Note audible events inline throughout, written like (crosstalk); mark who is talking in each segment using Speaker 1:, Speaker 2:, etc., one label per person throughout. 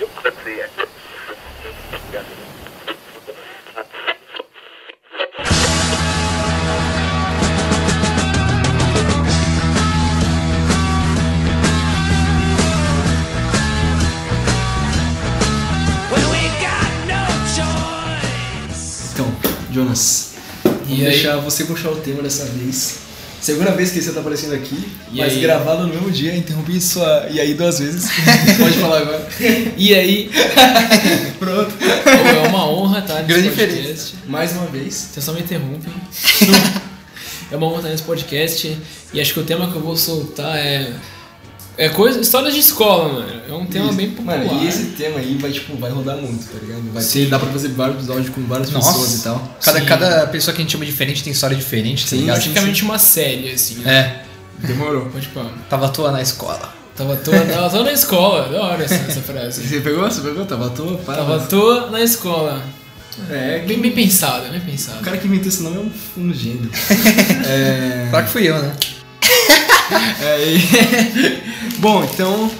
Speaker 1: acontecer.
Speaker 2: Então, Jonas, vou
Speaker 3: E aí?
Speaker 2: deixar você puxar o tema dessa vez. Segunda vez que você tá aparecendo aqui,
Speaker 3: E
Speaker 2: mas
Speaker 3: aí?
Speaker 2: gravado no mesmo dia, interrompi sua. E aí
Speaker 3: (laughs)
Speaker 2: duas vezes. Pode falar agora.
Speaker 3: E aí,
Speaker 2: (laughs) Pronto.
Speaker 3: pô, é uma honra estar nesse
Speaker 4: Grande
Speaker 3: podcast.
Speaker 2: Mais uma vez.
Speaker 3: Vocês só me interrompem. é uma honra estar nesse podcast. E acho que o tema que eu vou soltar é. É coisa, histórias de escola, mano. É um tema
Speaker 2: Isso.
Speaker 3: bem popular.
Speaker 2: Mano, e esse tema aí vai, tipo, vai rodar muito, tá ligado? Vai
Speaker 4: Sim.
Speaker 2: ter, dá pra fazer vários episódios com várias
Speaker 4: Nossa.
Speaker 2: pessoas e tal.
Speaker 4: Cada,
Speaker 3: Sim.
Speaker 4: cada pessoa que a gente chama diferente tem história diferente, tá
Speaker 2: Sim,
Speaker 4: ligado?
Speaker 3: Praticamente uma série, assim. né?
Speaker 4: É,
Speaker 2: Demorou.
Speaker 3: Pode pá.
Speaker 4: tava à toa na escola.
Speaker 3: Tava à toa, tava à toa na escola. Da hora essa, essa frase.
Speaker 2: Você pegou? Você pegou? Tava à toa?
Speaker 3: Tava à
Speaker 2: Parabéns.
Speaker 3: toa na escola.
Speaker 2: É,
Speaker 3: Bem, bem pensado, bem
Speaker 2: o
Speaker 3: pensado.
Speaker 2: cara que inventou esse nome é um, um gênio. é.
Speaker 4: Claro que fui eu, né?
Speaker 2: É, e- (laughs) Bom, então.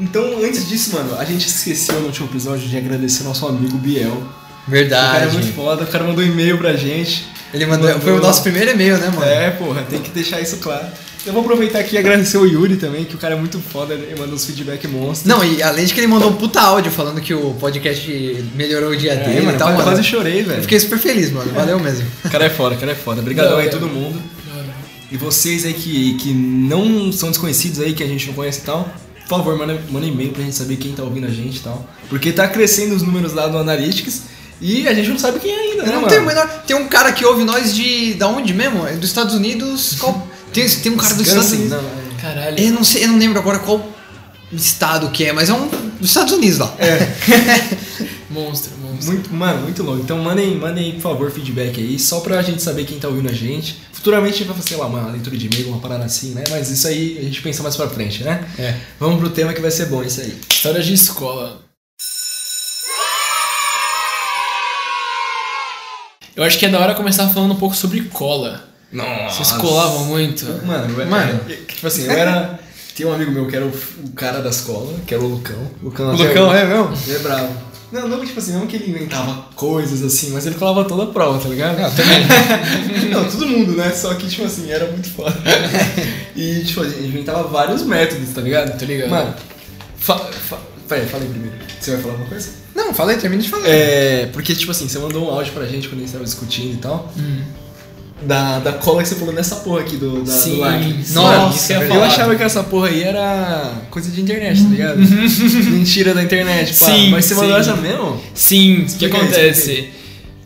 Speaker 2: Então, antes disso, mano, a gente esqueceu no último episódio de agradecer nosso amigo Biel. o cara é
Speaker 4: Verdade.
Speaker 2: muito foda, o cara mandou um e-mail pra gente.
Speaker 4: Ele mandou,
Speaker 2: Mandou.
Speaker 4: Foi o nosso primeiro e-mail, né, mano?
Speaker 2: É, porra, tem que deixar isso claro. Eu vou aproveitar aqui e agradecer o Yuri também, que o cara é muito foda, ele mandou uns feedback monstro.
Speaker 4: Não, e além de que ele mandou um puta áudio falando que o podcast melhorou o dia
Speaker 2: É,
Speaker 4: dele
Speaker 2: mano,
Speaker 4: e tal,
Speaker 2: quase,
Speaker 4: mano.
Speaker 2: quase chorei, velho.
Speaker 4: tá Eu fiquei super feliz, mano. Valeu mesmo.
Speaker 2: O cara é foda, o cara é foda. Obrigadão
Speaker 3: Não,
Speaker 2: aí
Speaker 3: eu-
Speaker 2: todo mundo.
Speaker 3: Da hora.
Speaker 2: E vocês aí que, que não são desconhecidos aí, que a gente não conhece e tal, por favor, manda, manda e-mail pra gente saber quem tá ouvindo a gente e tal. Porque tá crescendo os números lá do Analytics e a gente não sabe quem é ainda,
Speaker 4: Eu
Speaker 2: né,
Speaker 4: não
Speaker 2: mano?
Speaker 4: tenho o menor. Tem um cara que ouve nós de. Da onde mesmo? É Dos Estados Unidos. Qual. Tem, tem um cara dos Estados
Speaker 2: Descanse,
Speaker 4: Unidos.
Speaker 2: não, é.
Speaker 3: Caralho.
Speaker 4: Eu não sei, eu não lembro agora qual estado que é, mas é um dos Estados Unidos lá.
Speaker 2: É.
Speaker 3: Monstro, monstro.
Speaker 2: Muito, mano, muito longo. Então mandem, mandem, por favor, feedback aí, só pra gente saber quem tá ouvindo a gente. Futuramente a gente vai fazer, sei lá, uma leitura de e-mail, uma parada assim, né? Mas isso aí a gente pensa mais pra frente, né?
Speaker 4: É.
Speaker 2: Vamos pro tema que vai ser bom isso aí.
Speaker 3: Histórias de escola. Eu acho que é da hora começar falando um pouco sobre cola.
Speaker 2: Nossa.
Speaker 3: Vocês colavam muito?
Speaker 2: Mano, eu-
Speaker 4: Mano.
Speaker 2: eu- tipo assim, eu era. Tem um amigo meu que era o, o cara da escola, que era o Lucão. Lucão
Speaker 4: O
Speaker 2: até
Speaker 4: Lucão
Speaker 2: hoje.
Speaker 4: é
Speaker 3: um
Speaker 4: mesmo?
Speaker 2: Ele é bravo. Não, não, tipo assim, não que ele inventava coisas assim, mas ele colava toda a prova, tá ligado? (laughs) não, todo mundo, né? Só que, tipo assim, era muito foda. E, tipo, ele inventava vários métodos, tá ligado?
Speaker 3: Tô ligado.
Speaker 2: Mano, fa, fa, peraí, fala aí primeiro. Você vai falar alguma coisa?
Speaker 4: Não, fala aí, termina de falar.
Speaker 2: É, porque, tipo assim, você mandou um áudio pra gente quando a gente tava discutindo e tal.
Speaker 3: Hum.
Speaker 2: Da, da cola que você falou nessa porra aqui do, da,
Speaker 3: Sim,
Speaker 2: do like.
Speaker 3: sim.
Speaker 4: Nossa,
Speaker 3: isso é que eu ia
Speaker 2: eu
Speaker 3: falar.
Speaker 2: achava que essa porra aí era coisa de internet, tá ligado? Mentira da internet, pá.
Speaker 3: Uhum. Sim,
Speaker 2: Mas você mandou
Speaker 3: sim.
Speaker 2: essa mesmo?
Speaker 3: Sim, o que
Speaker 2: Explica aí,
Speaker 3: acontece?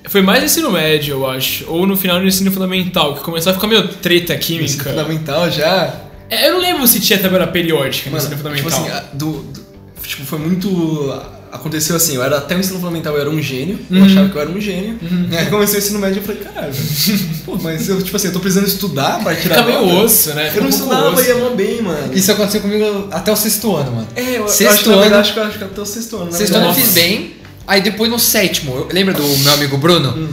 Speaker 3: Foi mais no ensino médio, eu acho. Ou no final do ensino fundamental, que começou a ficar meio treta
Speaker 2: Isso é
Speaker 3: química.
Speaker 2: fundamental já.
Speaker 3: É, Eu não lembro se tinha tabela periódica no ensino
Speaker 2: tipo
Speaker 3: é fundamental.
Speaker 2: assim, a- do, do- tipo, foi muito... Aconteceu assim, eu era até o ensino fundamental, eu era um gênio.
Speaker 3: Uhum.
Speaker 2: Eu achava que eu era um gênio. Aí comecei o ensino médio, eu falei,
Speaker 3: (laughs)
Speaker 2: caralho, velho, pô, mas eu, tipo assim, eu tô precisando estudar pra tirar
Speaker 3: Fica meio
Speaker 2: nota.
Speaker 3: osso, né?
Speaker 2: Eu
Speaker 3: Fica
Speaker 2: não
Speaker 3: um pouco
Speaker 2: estudava
Speaker 3: osso.
Speaker 2: e ia mó bem, mano.
Speaker 4: Isso aconteceu comigo até o sexto ano, mano.
Speaker 2: É, eu,
Speaker 4: Sexto
Speaker 2: eu acho que na verdade,
Speaker 4: ano.
Speaker 2: acho que eu acho que até o sexto ano. na
Speaker 4: Sexto ano eu
Speaker 3: é
Speaker 2: verdade.
Speaker 4: fiz bem, aí depois no sétimo, eu- lembra do meu amigo Bruno?
Speaker 2: Hum.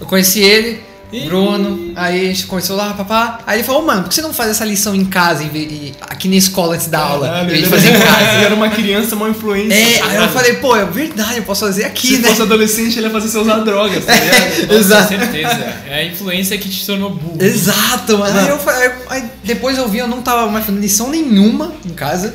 Speaker 4: Eu conheci ele, Bruno, aí a gente começou lá, papá. Aí ele falou, mano, por que você não faz essa lição em casa, em vez- e- aqui na escola antes da aula?
Speaker 2: Caralho, é
Speaker 4: Em vez de
Speaker 2: eu
Speaker 4: fazer em
Speaker 2: era- (laughs)
Speaker 4: casa.
Speaker 2: Eu era uma criança, uma influência.
Speaker 4: É, aí eu
Speaker 2: caralho.
Speaker 4: falei, pô, é verdade, eu posso fazer aqui,
Speaker 2: Se
Speaker 4: né?
Speaker 2: fosse adolescente, ele ia fazer você usar drogas, tá
Speaker 4: (laughs)
Speaker 2: ligado?
Speaker 3: Nossa,
Speaker 4: Exato.
Speaker 3: certeza. É a influência que te tornou burro.
Speaker 4: Exato, mano. Aí, eu, fa- aí- aí depois eu vi, eu não tava mais fazendo lição nenhuma em casa.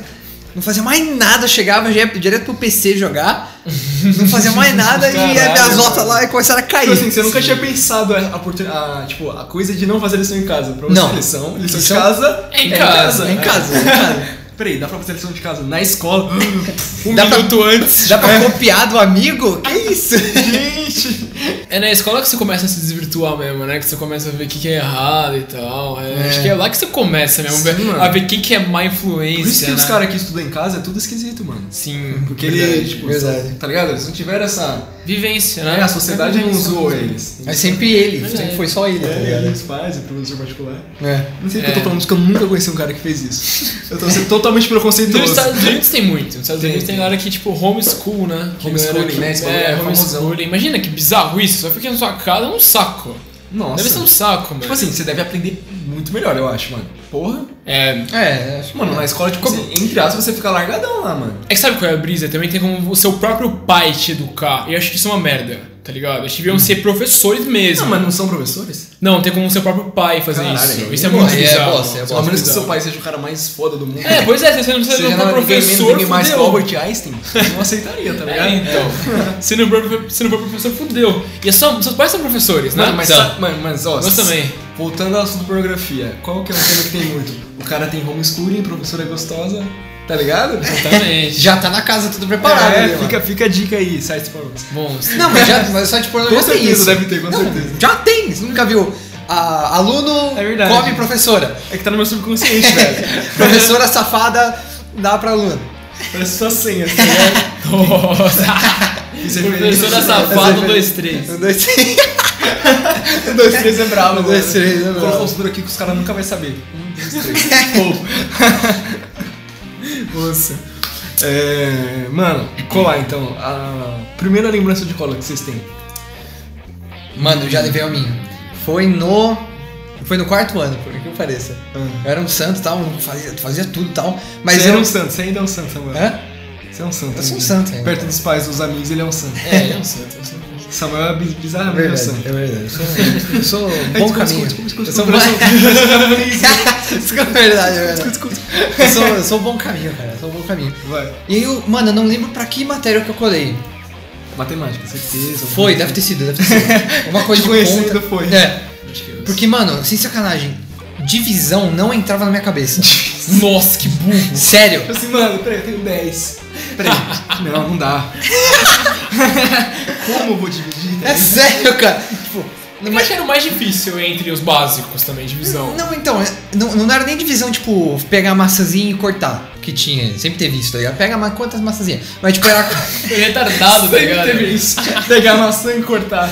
Speaker 4: Não fazia mais nada, eu chegava, já ia direto pro PC (laughs) jogar. Não fazia mais nada e
Speaker 2: Caralho,
Speaker 4: aí as notas
Speaker 2: mano.
Speaker 4: lá começaram a cair.
Speaker 2: Tipo assim, você nunca tinha pensado a, oportun- a, tipo, a coisa de não fazer lição em casa. Pra você,
Speaker 4: Não.
Speaker 2: lição, lição de
Speaker 4: Lição-
Speaker 2: casa.
Speaker 3: É em casa,
Speaker 4: É em
Speaker 2: (laughs)
Speaker 4: casa, é em casa.
Speaker 2: Peraí, dá pra fazer lição de casa na escola? (gasps) um
Speaker 4: Dá pra-
Speaker 2: minuto antes.
Speaker 4: Dá pra copiar do amigo? Que isso?
Speaker 2: Gente!
Speaker 3: É na escola que você começa a se desvirtuar mesmo, né? Que você começa a ver o que, que é errado e tal. É, Acho que é lá que você começa mesmo
Speaker 2: Sim, mano.
Speaker 3: a ver o que, que é má
Speaker 2: Por isso
Speaker 3: influência.
Speaker 2: que os
Speaker 3: né?
Speaker 2: caras que estudam em casa é tudo esquisito, mano.
Speaker 3: Sim.
Speaker 2: Porque
Speaker 4: Verdade,
Speaker 2: eles, tipo,
Speaker 4: verdade.
Speaker 2: são- tá ligado? Eles não tiveram essa.
Speaker 3: Vivência, né?
Speaker 2: É, a sociedade
Speaker 3: É
Speaker 2: não
Speaker 3: vivência.
Speaker 2: usou eles.
Speaker 4: (laughs) Mas sempre ele,
Speaker 3: Verdade.
Speaker 4: sempre foi só ele, tá
Speaker 2: É,
Speaker 4: ligado?
Speaker 2: os pais, o professor particular.
Speaker 4: É.
Speaker 2: Não sei o que eu
Speaker 3: É.
Speaker 2: tô falando, porque eu nunca conheci um cara que fez (laughs) isso. Eu tô sendo totalmente preconceituoso.
Speaker 3: Nos Estados Unidos tem muito. Nos Estados
Speaker 2: Tem,
Speaker 3: Unidos tem
Speaker 2: tem.
Speaker 3: galera que, tipo, homeschooling, né? Que
Speaker 2: Homeschooling,
Speaker 3: galera que-
Speaker 2: né? Esse bagulho
Speaker 3: É,
Speaker 2: é famosão.
Speaker 3: homeschooling. Imagina que bizarro isso. Só fica na sua casa é um saco.
Speaker 2: Nossa.
Speaker 3: Deve ser um saco, mano.
Speaker 2: Tipo assim, Tipo você deve aprender muito. muito melhor, eu acho, mano. Porra.
Speaker 3: É,
Speaker 4: É, acho que-
Speaker 2: Mano, na escola, tipo, você, entre aspas, você fica largadão lá, mano.
Speaker 3: É que sabe qual é a brisa? Também tem como o seu próprio pai te educar. Eu acho que isso é uma merda, tá ligado? Eles
Speaker 2: Hum.
Speaker 3: deviam ser professores mesmo.
Speaker 2: Não, mas não são professores?
Speaker 3: Não, tem como o seu próprio pai fazer
Speaker 2: Caralho,
Speaker 3: isso.
Speaker 2: aí
Speaker 3: Isso é
Speaker 2: é
Speaker 3: muito
Speaker 4: bosta, é
Speaker 3: bizarro.
Speaker 4: bosta, é
Speaker 3: Isso
Speaker 2: Ao
Speaker 3: muito
Speaker 2: menos que seu
Speaker 3: bizarro.
Speaker 2: pai seja o cara mais foda do mundo.
Speaker 3: É, pois é, se você não precisa
Speaker 2: Seja
Speaker 3: de um professor,
Speaker 2: ninguém, ninguém mais que o
Speaker 3: fudeu.
Speaker 2: Albert Einstein, eu não aceitaria, (laughs) tá ligado?
Speaker 3: É, então. se, não for, se não for professor, fudeu. E é só- seus pais são professores, né?
Speaker 2: Mano, mas,
Speaker 3: Então.
Speaker 2: sa- mano, mas ó,
Speaker 3: Nós também.
Speaker 2: Voltando ao assunto pornografia, qual que é um tema que tem muito? O cara tem homeschooling, professora é gostosa, tá ligado?
Speaker 3: Exatamente.
Speaker 4: Já tá na casa tudo preparado.
Speaker 2: é,
Speaker 4: ali, mano.
Speaker 2: fica, fica a dica aí, sites pornôs.
Speaker 3: Bom,
Speaker 4: Não, mas (laughs) já, mas só de pornografia
Speaker 2: Com
Speaker 4: tem
Speaker 2: certeza
Speaker 4: isso.
Speaker 2: deve ter, com
Speaker 4: Não,
Speaker 2: certeza.
Speaker 4: Já tem, você nunca viu. Ah, aluno
Speaker 2: É verdade.
Speaker 4: come professora.
Speaker 2: É que tá no meu subconsciente, velho.
Speaker 4: Professora safada dá pra aluno.
Speaker 2: Parece sua senha, tá ligado?
Speaker 4: (laughs)
Speaker 3: nossa.
Speaker 2: Isso é
Speaker 3: Professora
Speaker 2: diferente.
Speaker 3: safado, dois, três.
Speaker 2: (laughs)
Speaker 4: Um, dois, três.
Speaker 2: Um, dois, três é brabo,
Speaker 4: Um, dois,
Speaker 2: mano.
Speaker 4: três é brabo.
Speaker 2: Coloca os números aqui que os caras nunca vai saber. Um, dois, três.
Speaker 4: (laughs)
Speaker 2: Pô. Nossa. É, mano, colar então. A primeira lembrança de cola que vocês têm.
Speaker 4: (laughs) Mano, eu já levei a minha. Foi no. Foi no quarto ano, por que eu pareça.
Speaker 2: Hum.
Speaker 4: Eu era um santo e tal, eu fazia, fazia tudo e tal. Mas
Speaker 2: você
Speaker 4: eu
Speaker 2: era
Speaker 4: não.
Speaker 2: um santo, você ainda é um santo, Samuel.
Speaker 4: Hã?
Speaker 2: Você é um santo.
Speaker 4: Eu sou um
Speaker 2: ainda.
Speaker 4: santo ainda.
Speaker 2: Perto dos pais, dos amigos, ele é um santo.
Speaker 3: É, não sei. não sei.
Speaker 2: Samuel é biz-
Speaker 4: É
Speaker 2: bizarramente um
Speaker 4: verdade,
Speaker 2: santo.
Speaker 4: é verdade. Eu sou,
Speaker 2: (laughs)
Speaker 4: (laughs) eu sou um bom
Speaker 2: Desculpa,
Speaker 4: caminho.
Speaker 2: desculpa, desculpa,
Speaker 4: Eu sou um
Speaker 2: desculpa,
Speaker 4: bom. É verdade, é verdade.
Speaker 2: Escuta, escuta.
Speaker 4: Eu sou, eu sou um bom caminho, cara. Eu sou um bom caminho.
Speaker 2: Vai.
Speaker 4: E aí, eu, mano, eu não lembro pra que matéria que eu colei.
Speaker 2: Matemática, certeza.
Speaker 4: Foi, deve ter sido, deve ter sido. (laughs) Uma coisa
Speaker 2: Te
Speaker 4: de
Speaker 2: conhecendo,
Speaker 4: conta.
Speaker 2: foi.
Speaker 4: É,
Speaker 3: Acho que eu-
Speaker 4: porque, mano, sem sacanagem, divisão não entrava na minha (laughs) cabeça.
Speaker 3: Nossa, que burro.
Speaker 4: Sério.
Speaker 2: Tipo assim, mano, peraí, eu tenho 10. Peraí. (laughs) não, não dá.
Speaker 4: (laughs)
Speaker 2: Como eu vou dividir?
Speaker 4: É sério, cara. Tipo,
Speaker 3: Eu acho que era o mais difícil entre os básicos também, divisão.
Speaker 4: não, então, é, não, não era nem divisão, tipo, pegar a massazinha e cortar. Que tinha, sempre teve isso, tá ligado? Pega ma- quantas massazinhas. Mas, tipo, era. (laughs)
Speaker 3: Foi retardado, tá
Speaker 4: né,
Speaker 3: ligado?
Speaker 2: isso. Pegar maçã e cortar.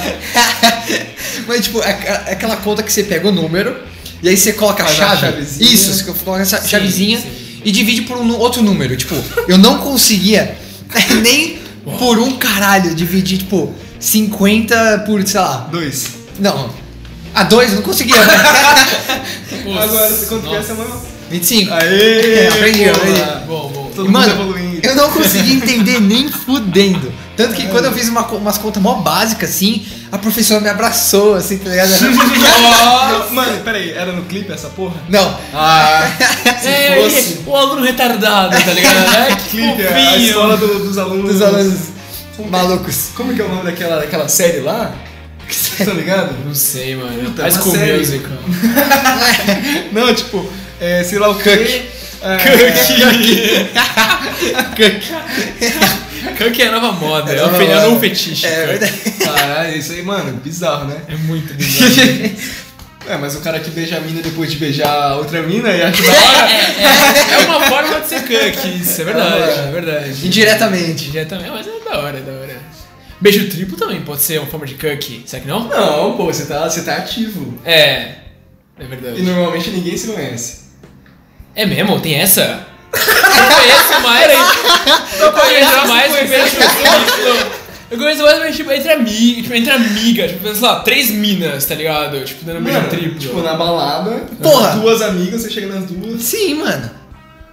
Speaker 4: Mas, tipo, é, é aquela conta que você pega o número e aí você coloca a
Speaker 2: Faz a
Speaker 4: chave.
Speaker 2: chavezinha.
Speaker 4: Isso, você coloca a cha-
Speaker 3: Sim,
Speaker 4: chavezinha
Speaker 3: sim.
Speaker 4: e divide por um nu- outro número. Tipo, eu não conseguia (laughs) nem por um caralho dividir, tipo, 50 por, sei lá.
Speaker 2: Dois.
Speaker 4: Não. Ah, dois, eu não conseguia. né?
Speaker 3: Pô,
Speaker 2: Agora, você quanto que é
Speaker 3: nossa.
Speaker 2: Samuel?
Speaker 4: 25.
Speaker 2: Aê!
Speaker 4: Aprendi,
Speaker 2: boa.
Speaker 4: aprendi.
Speaker 3: Bom, bom.
Speaker 2: Todo
Speaker 4: Mano,
Speaker 2: mundo evoluindo. É.
Speaker 4: eu não
Speaker 2: (laughs)
Speaker 4: consegui entender nem fudendo. Tanto que quando eu fiz uma co- umas contas mó básicas, assim, a professora me abraçou, assim,
Speaker 2: (laughs)
Speaker 4: tá ligado?
Speaker 2: Nossa. Mano, peraí, era no clipe essa porra?
Speaker 4: Não,
Speaker 2: Ah, (laughs)
Speaker 3: É,
Speaker 2: fosse-
Speaker 3: o aluno retardado, tá ligado? É, que
Speaker 2: clipe, a escola
Speaker 3: fofinho.
Speaker 2: do- dos alunos.
Speaker 4: dos alunos malucos.
Speaker 2: Como que é o nome daquela, daquela série lá? Tá ligado?
Speaker 3: Não sei, mano.
Speaker 2: Puta,
Speaker 3: High
Speaker 2: uma
Speaker 3: School
Speaker 2: série.
Speaker 3: Musical.
Speaker 2: Não, tipo, é, sei lá o É. que.
Speaker 3: Kunk é a nova moda, é,
Speaker 4: É
Speaker 3: um
Speaker 4: nova
Speaker 3: fe- é um
Speaker 4: moda.
Speaker 3: fetiche.
Speaker 4: É
Speaker 3: cara.
Speaker 4: verdade. (laughs)
Speaker 2: Caralho, é isso aí, mano, bizarro, né?
Speaker 3: É muito bizarro.
Speaker 2: É, mas o cara que beija a mina depois de beijar a outra mina e acha da hora.
Speaker 3: é, é uma forma de ser kunk, isso é verdade, é verdade.
Speaker 4: Indiretamente.
Speaker 3: Indiretamente, mas é da hora, é da hora. Beijo triplo também pode ser uma forma de kunk, será que não?
Speaker 2: Não, pô, você tá, você tá ativo.
Speaker 3: É, é verdade.
Speaker 2: E normalmente ninguém se conhece.
Speaker 3: É mesmo? Tem essa? Eu conheço mais. Eu conheço mais que beijo triplo. Eu conheço mais mas, tipo, entre amigas, tipo, entre amigas, tipo, sei lá, três minas, tá ligado? Tipo, dando beijo
Speaker 2: Mano,
Speaker 3: triplo.
Speaker 2: tipo, na balada,
Speaker 4: Porra!
Speaker 2: duas amigas, você chega nas duas.
Speaker 4: Sim, mano.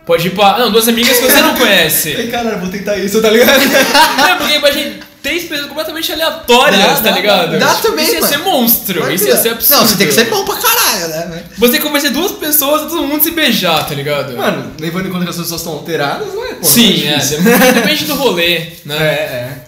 Speaker 3: Pode ir pra. Não, duas amigas que você não conhece.
Speaker 4: (laughs)
Speaker 2: Ei, caralho, vou tentar isso, tá ligado? (laughs)
Speaker 3: Não, é porque imagina três pessoas completamente aleatórias,
Speaker 4: Dá,
Speaker 3: tá
Speaker 4: dá,
Speaker 3: ligado?
Speaker 4: dá também,
Speaker 3: Isso ia
Speaker 4: mano.
Speaker 3: ser
Speaker 2: é
Speaker 3: monstro,
Speaker 4: Vai
Speaker 3: isso ia
Speaker 4: que-
Speaker 3: ser absurdo.
Speaker 4: Não, você tem que ser bom pra caralho, né?
Speaker 3: Você convencer duas pessoas e todo mundo se beijar, tá ligado?
Speaker 2: Mano, levando em conta que as pessoas estão alteradas, não é? Pô,
Speaker 3: Sim,
Speaker 2: não
Speaker 3: é.
Speaker 2: difícil.
Speaker 3: depende- Depende do rolê,
Speaker 4: (laughs)
Speaker 3: né?
Speaker 2: É, é.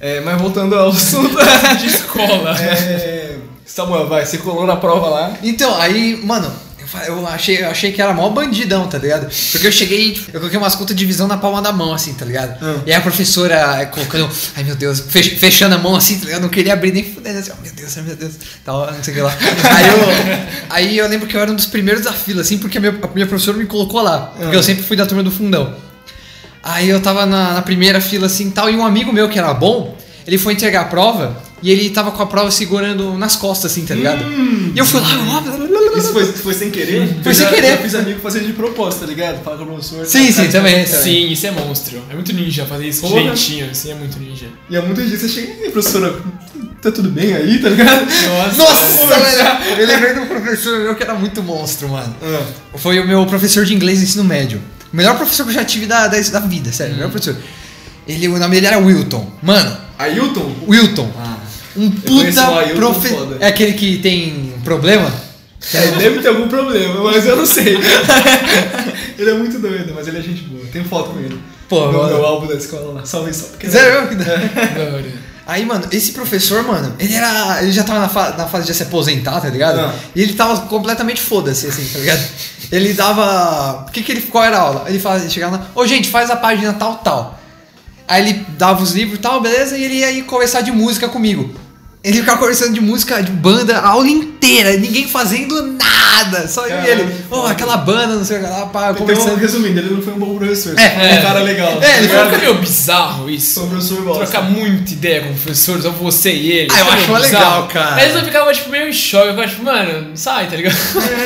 Speaker 2: É, mas voltando ao assunto. (laughs)
Speaker 3: De escola.
Speaker 2: é, Samuel, vai, você colou na prova lá.
Speaker 4: Então, aí, mano, eu fa- eu achei, eu achei que era mó bandidão, tá ligado? Porque eu cheguei, tipo, eu coloquei umas contas de visão na palma da mão, assim, tá ligado?
Speaker 2: Hum.
Speaker 4: E aí a professora é, colocando, ai meu Deus, fech- fechando a mão assim, tá ligado? Eu não queria abrir nem fudendo, assim, oh, meu Deus, ai meu Deus, tal, não sei o que lá. Aí eu, aí eu lembro que eu era um dos primeiros da fila, assim, porque a minha, a minha professora me colocou lá. Porque
Speaker 2: Hum.
Speaker 4: eu sempre fui da turma do fundão. Aí eu tava na, na primeira fila assim tal, e um amigo meu que era bom, ele foi entregar a prova e ele tava com a prova segurando nas costas, assim, tá ligado? E eu fui lá, ó, blá, blá, blá, blá,
Speaker 2: Isso
Speaker 4: blá.
Speaker 2: foi, foi sem querer?
Speaker 4: Foi
Speaker 2: Eu
Speaker 4: sem
Speaker 2: já-
Speaker 4: querer.
Speaker 2: Eu fiz amigo fazendo de propósito, tá ligado? Fala com o professor.
Speaker 4: Sim,
Speaker 2: tá,
Speaker 4: sim,
Speaker 2: tá.
Speaker 4: também. também.
Speaker 3: Sim, isso é monstro. É muito ninja fazer isso
Speaker 2: Porra.
Speaker 3: jeitinho, assim, é muito ninja.
Speaker 2: E há muitos dias você chega e aí, professora, tá tudo bem aí, tá ligado? Nossa,
Speaker 4: Nossa, eu lembrei de um professor meu que era muito monstro, mano. Foi o meu professor de inglês do ensino médio. O melhor professor que eu já tive da, da, da vida, sério. O melhor professor. Ele, o nome dele era Wilton. Mano,
Speaker 2: Ah, Ailton?
Speaker 4: Wilton. Um
Speaker 2: conheço o
Speaker 4: puta
Speaker 2: Ailton,
Speaker 4: professor.
Speaker 2: foda.
Speaker 4: É aquele que tem problema?
Speaker 2: É, deve ter algum problema, mas eu não sei. (laughs) ele é muito doido, mas ele é gente boa. Tem foto com ele.
Speaker 4: Pô,
Speaker 2: no
Speaker 4: mano.
Speaker 2: meu álbum da escola lá. Salve só porque.
Speaker 4: Sério?
Speaker 3: (laughs) Da hora.
Speaker 4: Aí, mano, esse professor, mano, ele era. Ele já tava na, fa- na fase de se aposentar, tá ligado?
Speaker 2: Ah.
Speaker 4: E ele tava completamente foda-se, assim, tá
Speaker 2: (laughs)
Speaker 4: ligado? Ele dava. O que que ele. Qual era a aula? Ele, faz, ele chegava lá, ô gente, faz a página tal, tal. Aí ele dava os livros e tal, beleza? E ele ia aí conversar de música comigo. Ele ficava conversando de música, de banda, a aula inteira, ninguém fazendo nada, só eu e
Speaker 2: Caralho,
Speaker 4: ele. Ô,
Speaker 2: foda.
Speaker 4: aquela banda, não sei o que lá, pá,
Speaker 2: Então,
Speaker 4: conversando.
Speaker 2: resumindo, ele não foi um bom professor.
Speaker 4: É,
Speaker 2: foi um
Speaker 3: é.
Speaker 2: cara legal.
Speaker 4: É, ele
Speaker 3: Ele
Speaker 2: foi
Speaker 3: fica meio bizarro isso.
Speaker 2: um professor bosta.
Speaker 3: Trocar muita ideia com o professor, só você e ele.
Speaker 4: Ah, eu
Speaker 3: Fica meio
Speaker 4: acho legal,
Speaker 3: bizarro.
Speaker 4: cara.
Speaker 3: Mas eu ficava tipo, meio em choque. Eu ficava tipo, mano, sai, tá ligado?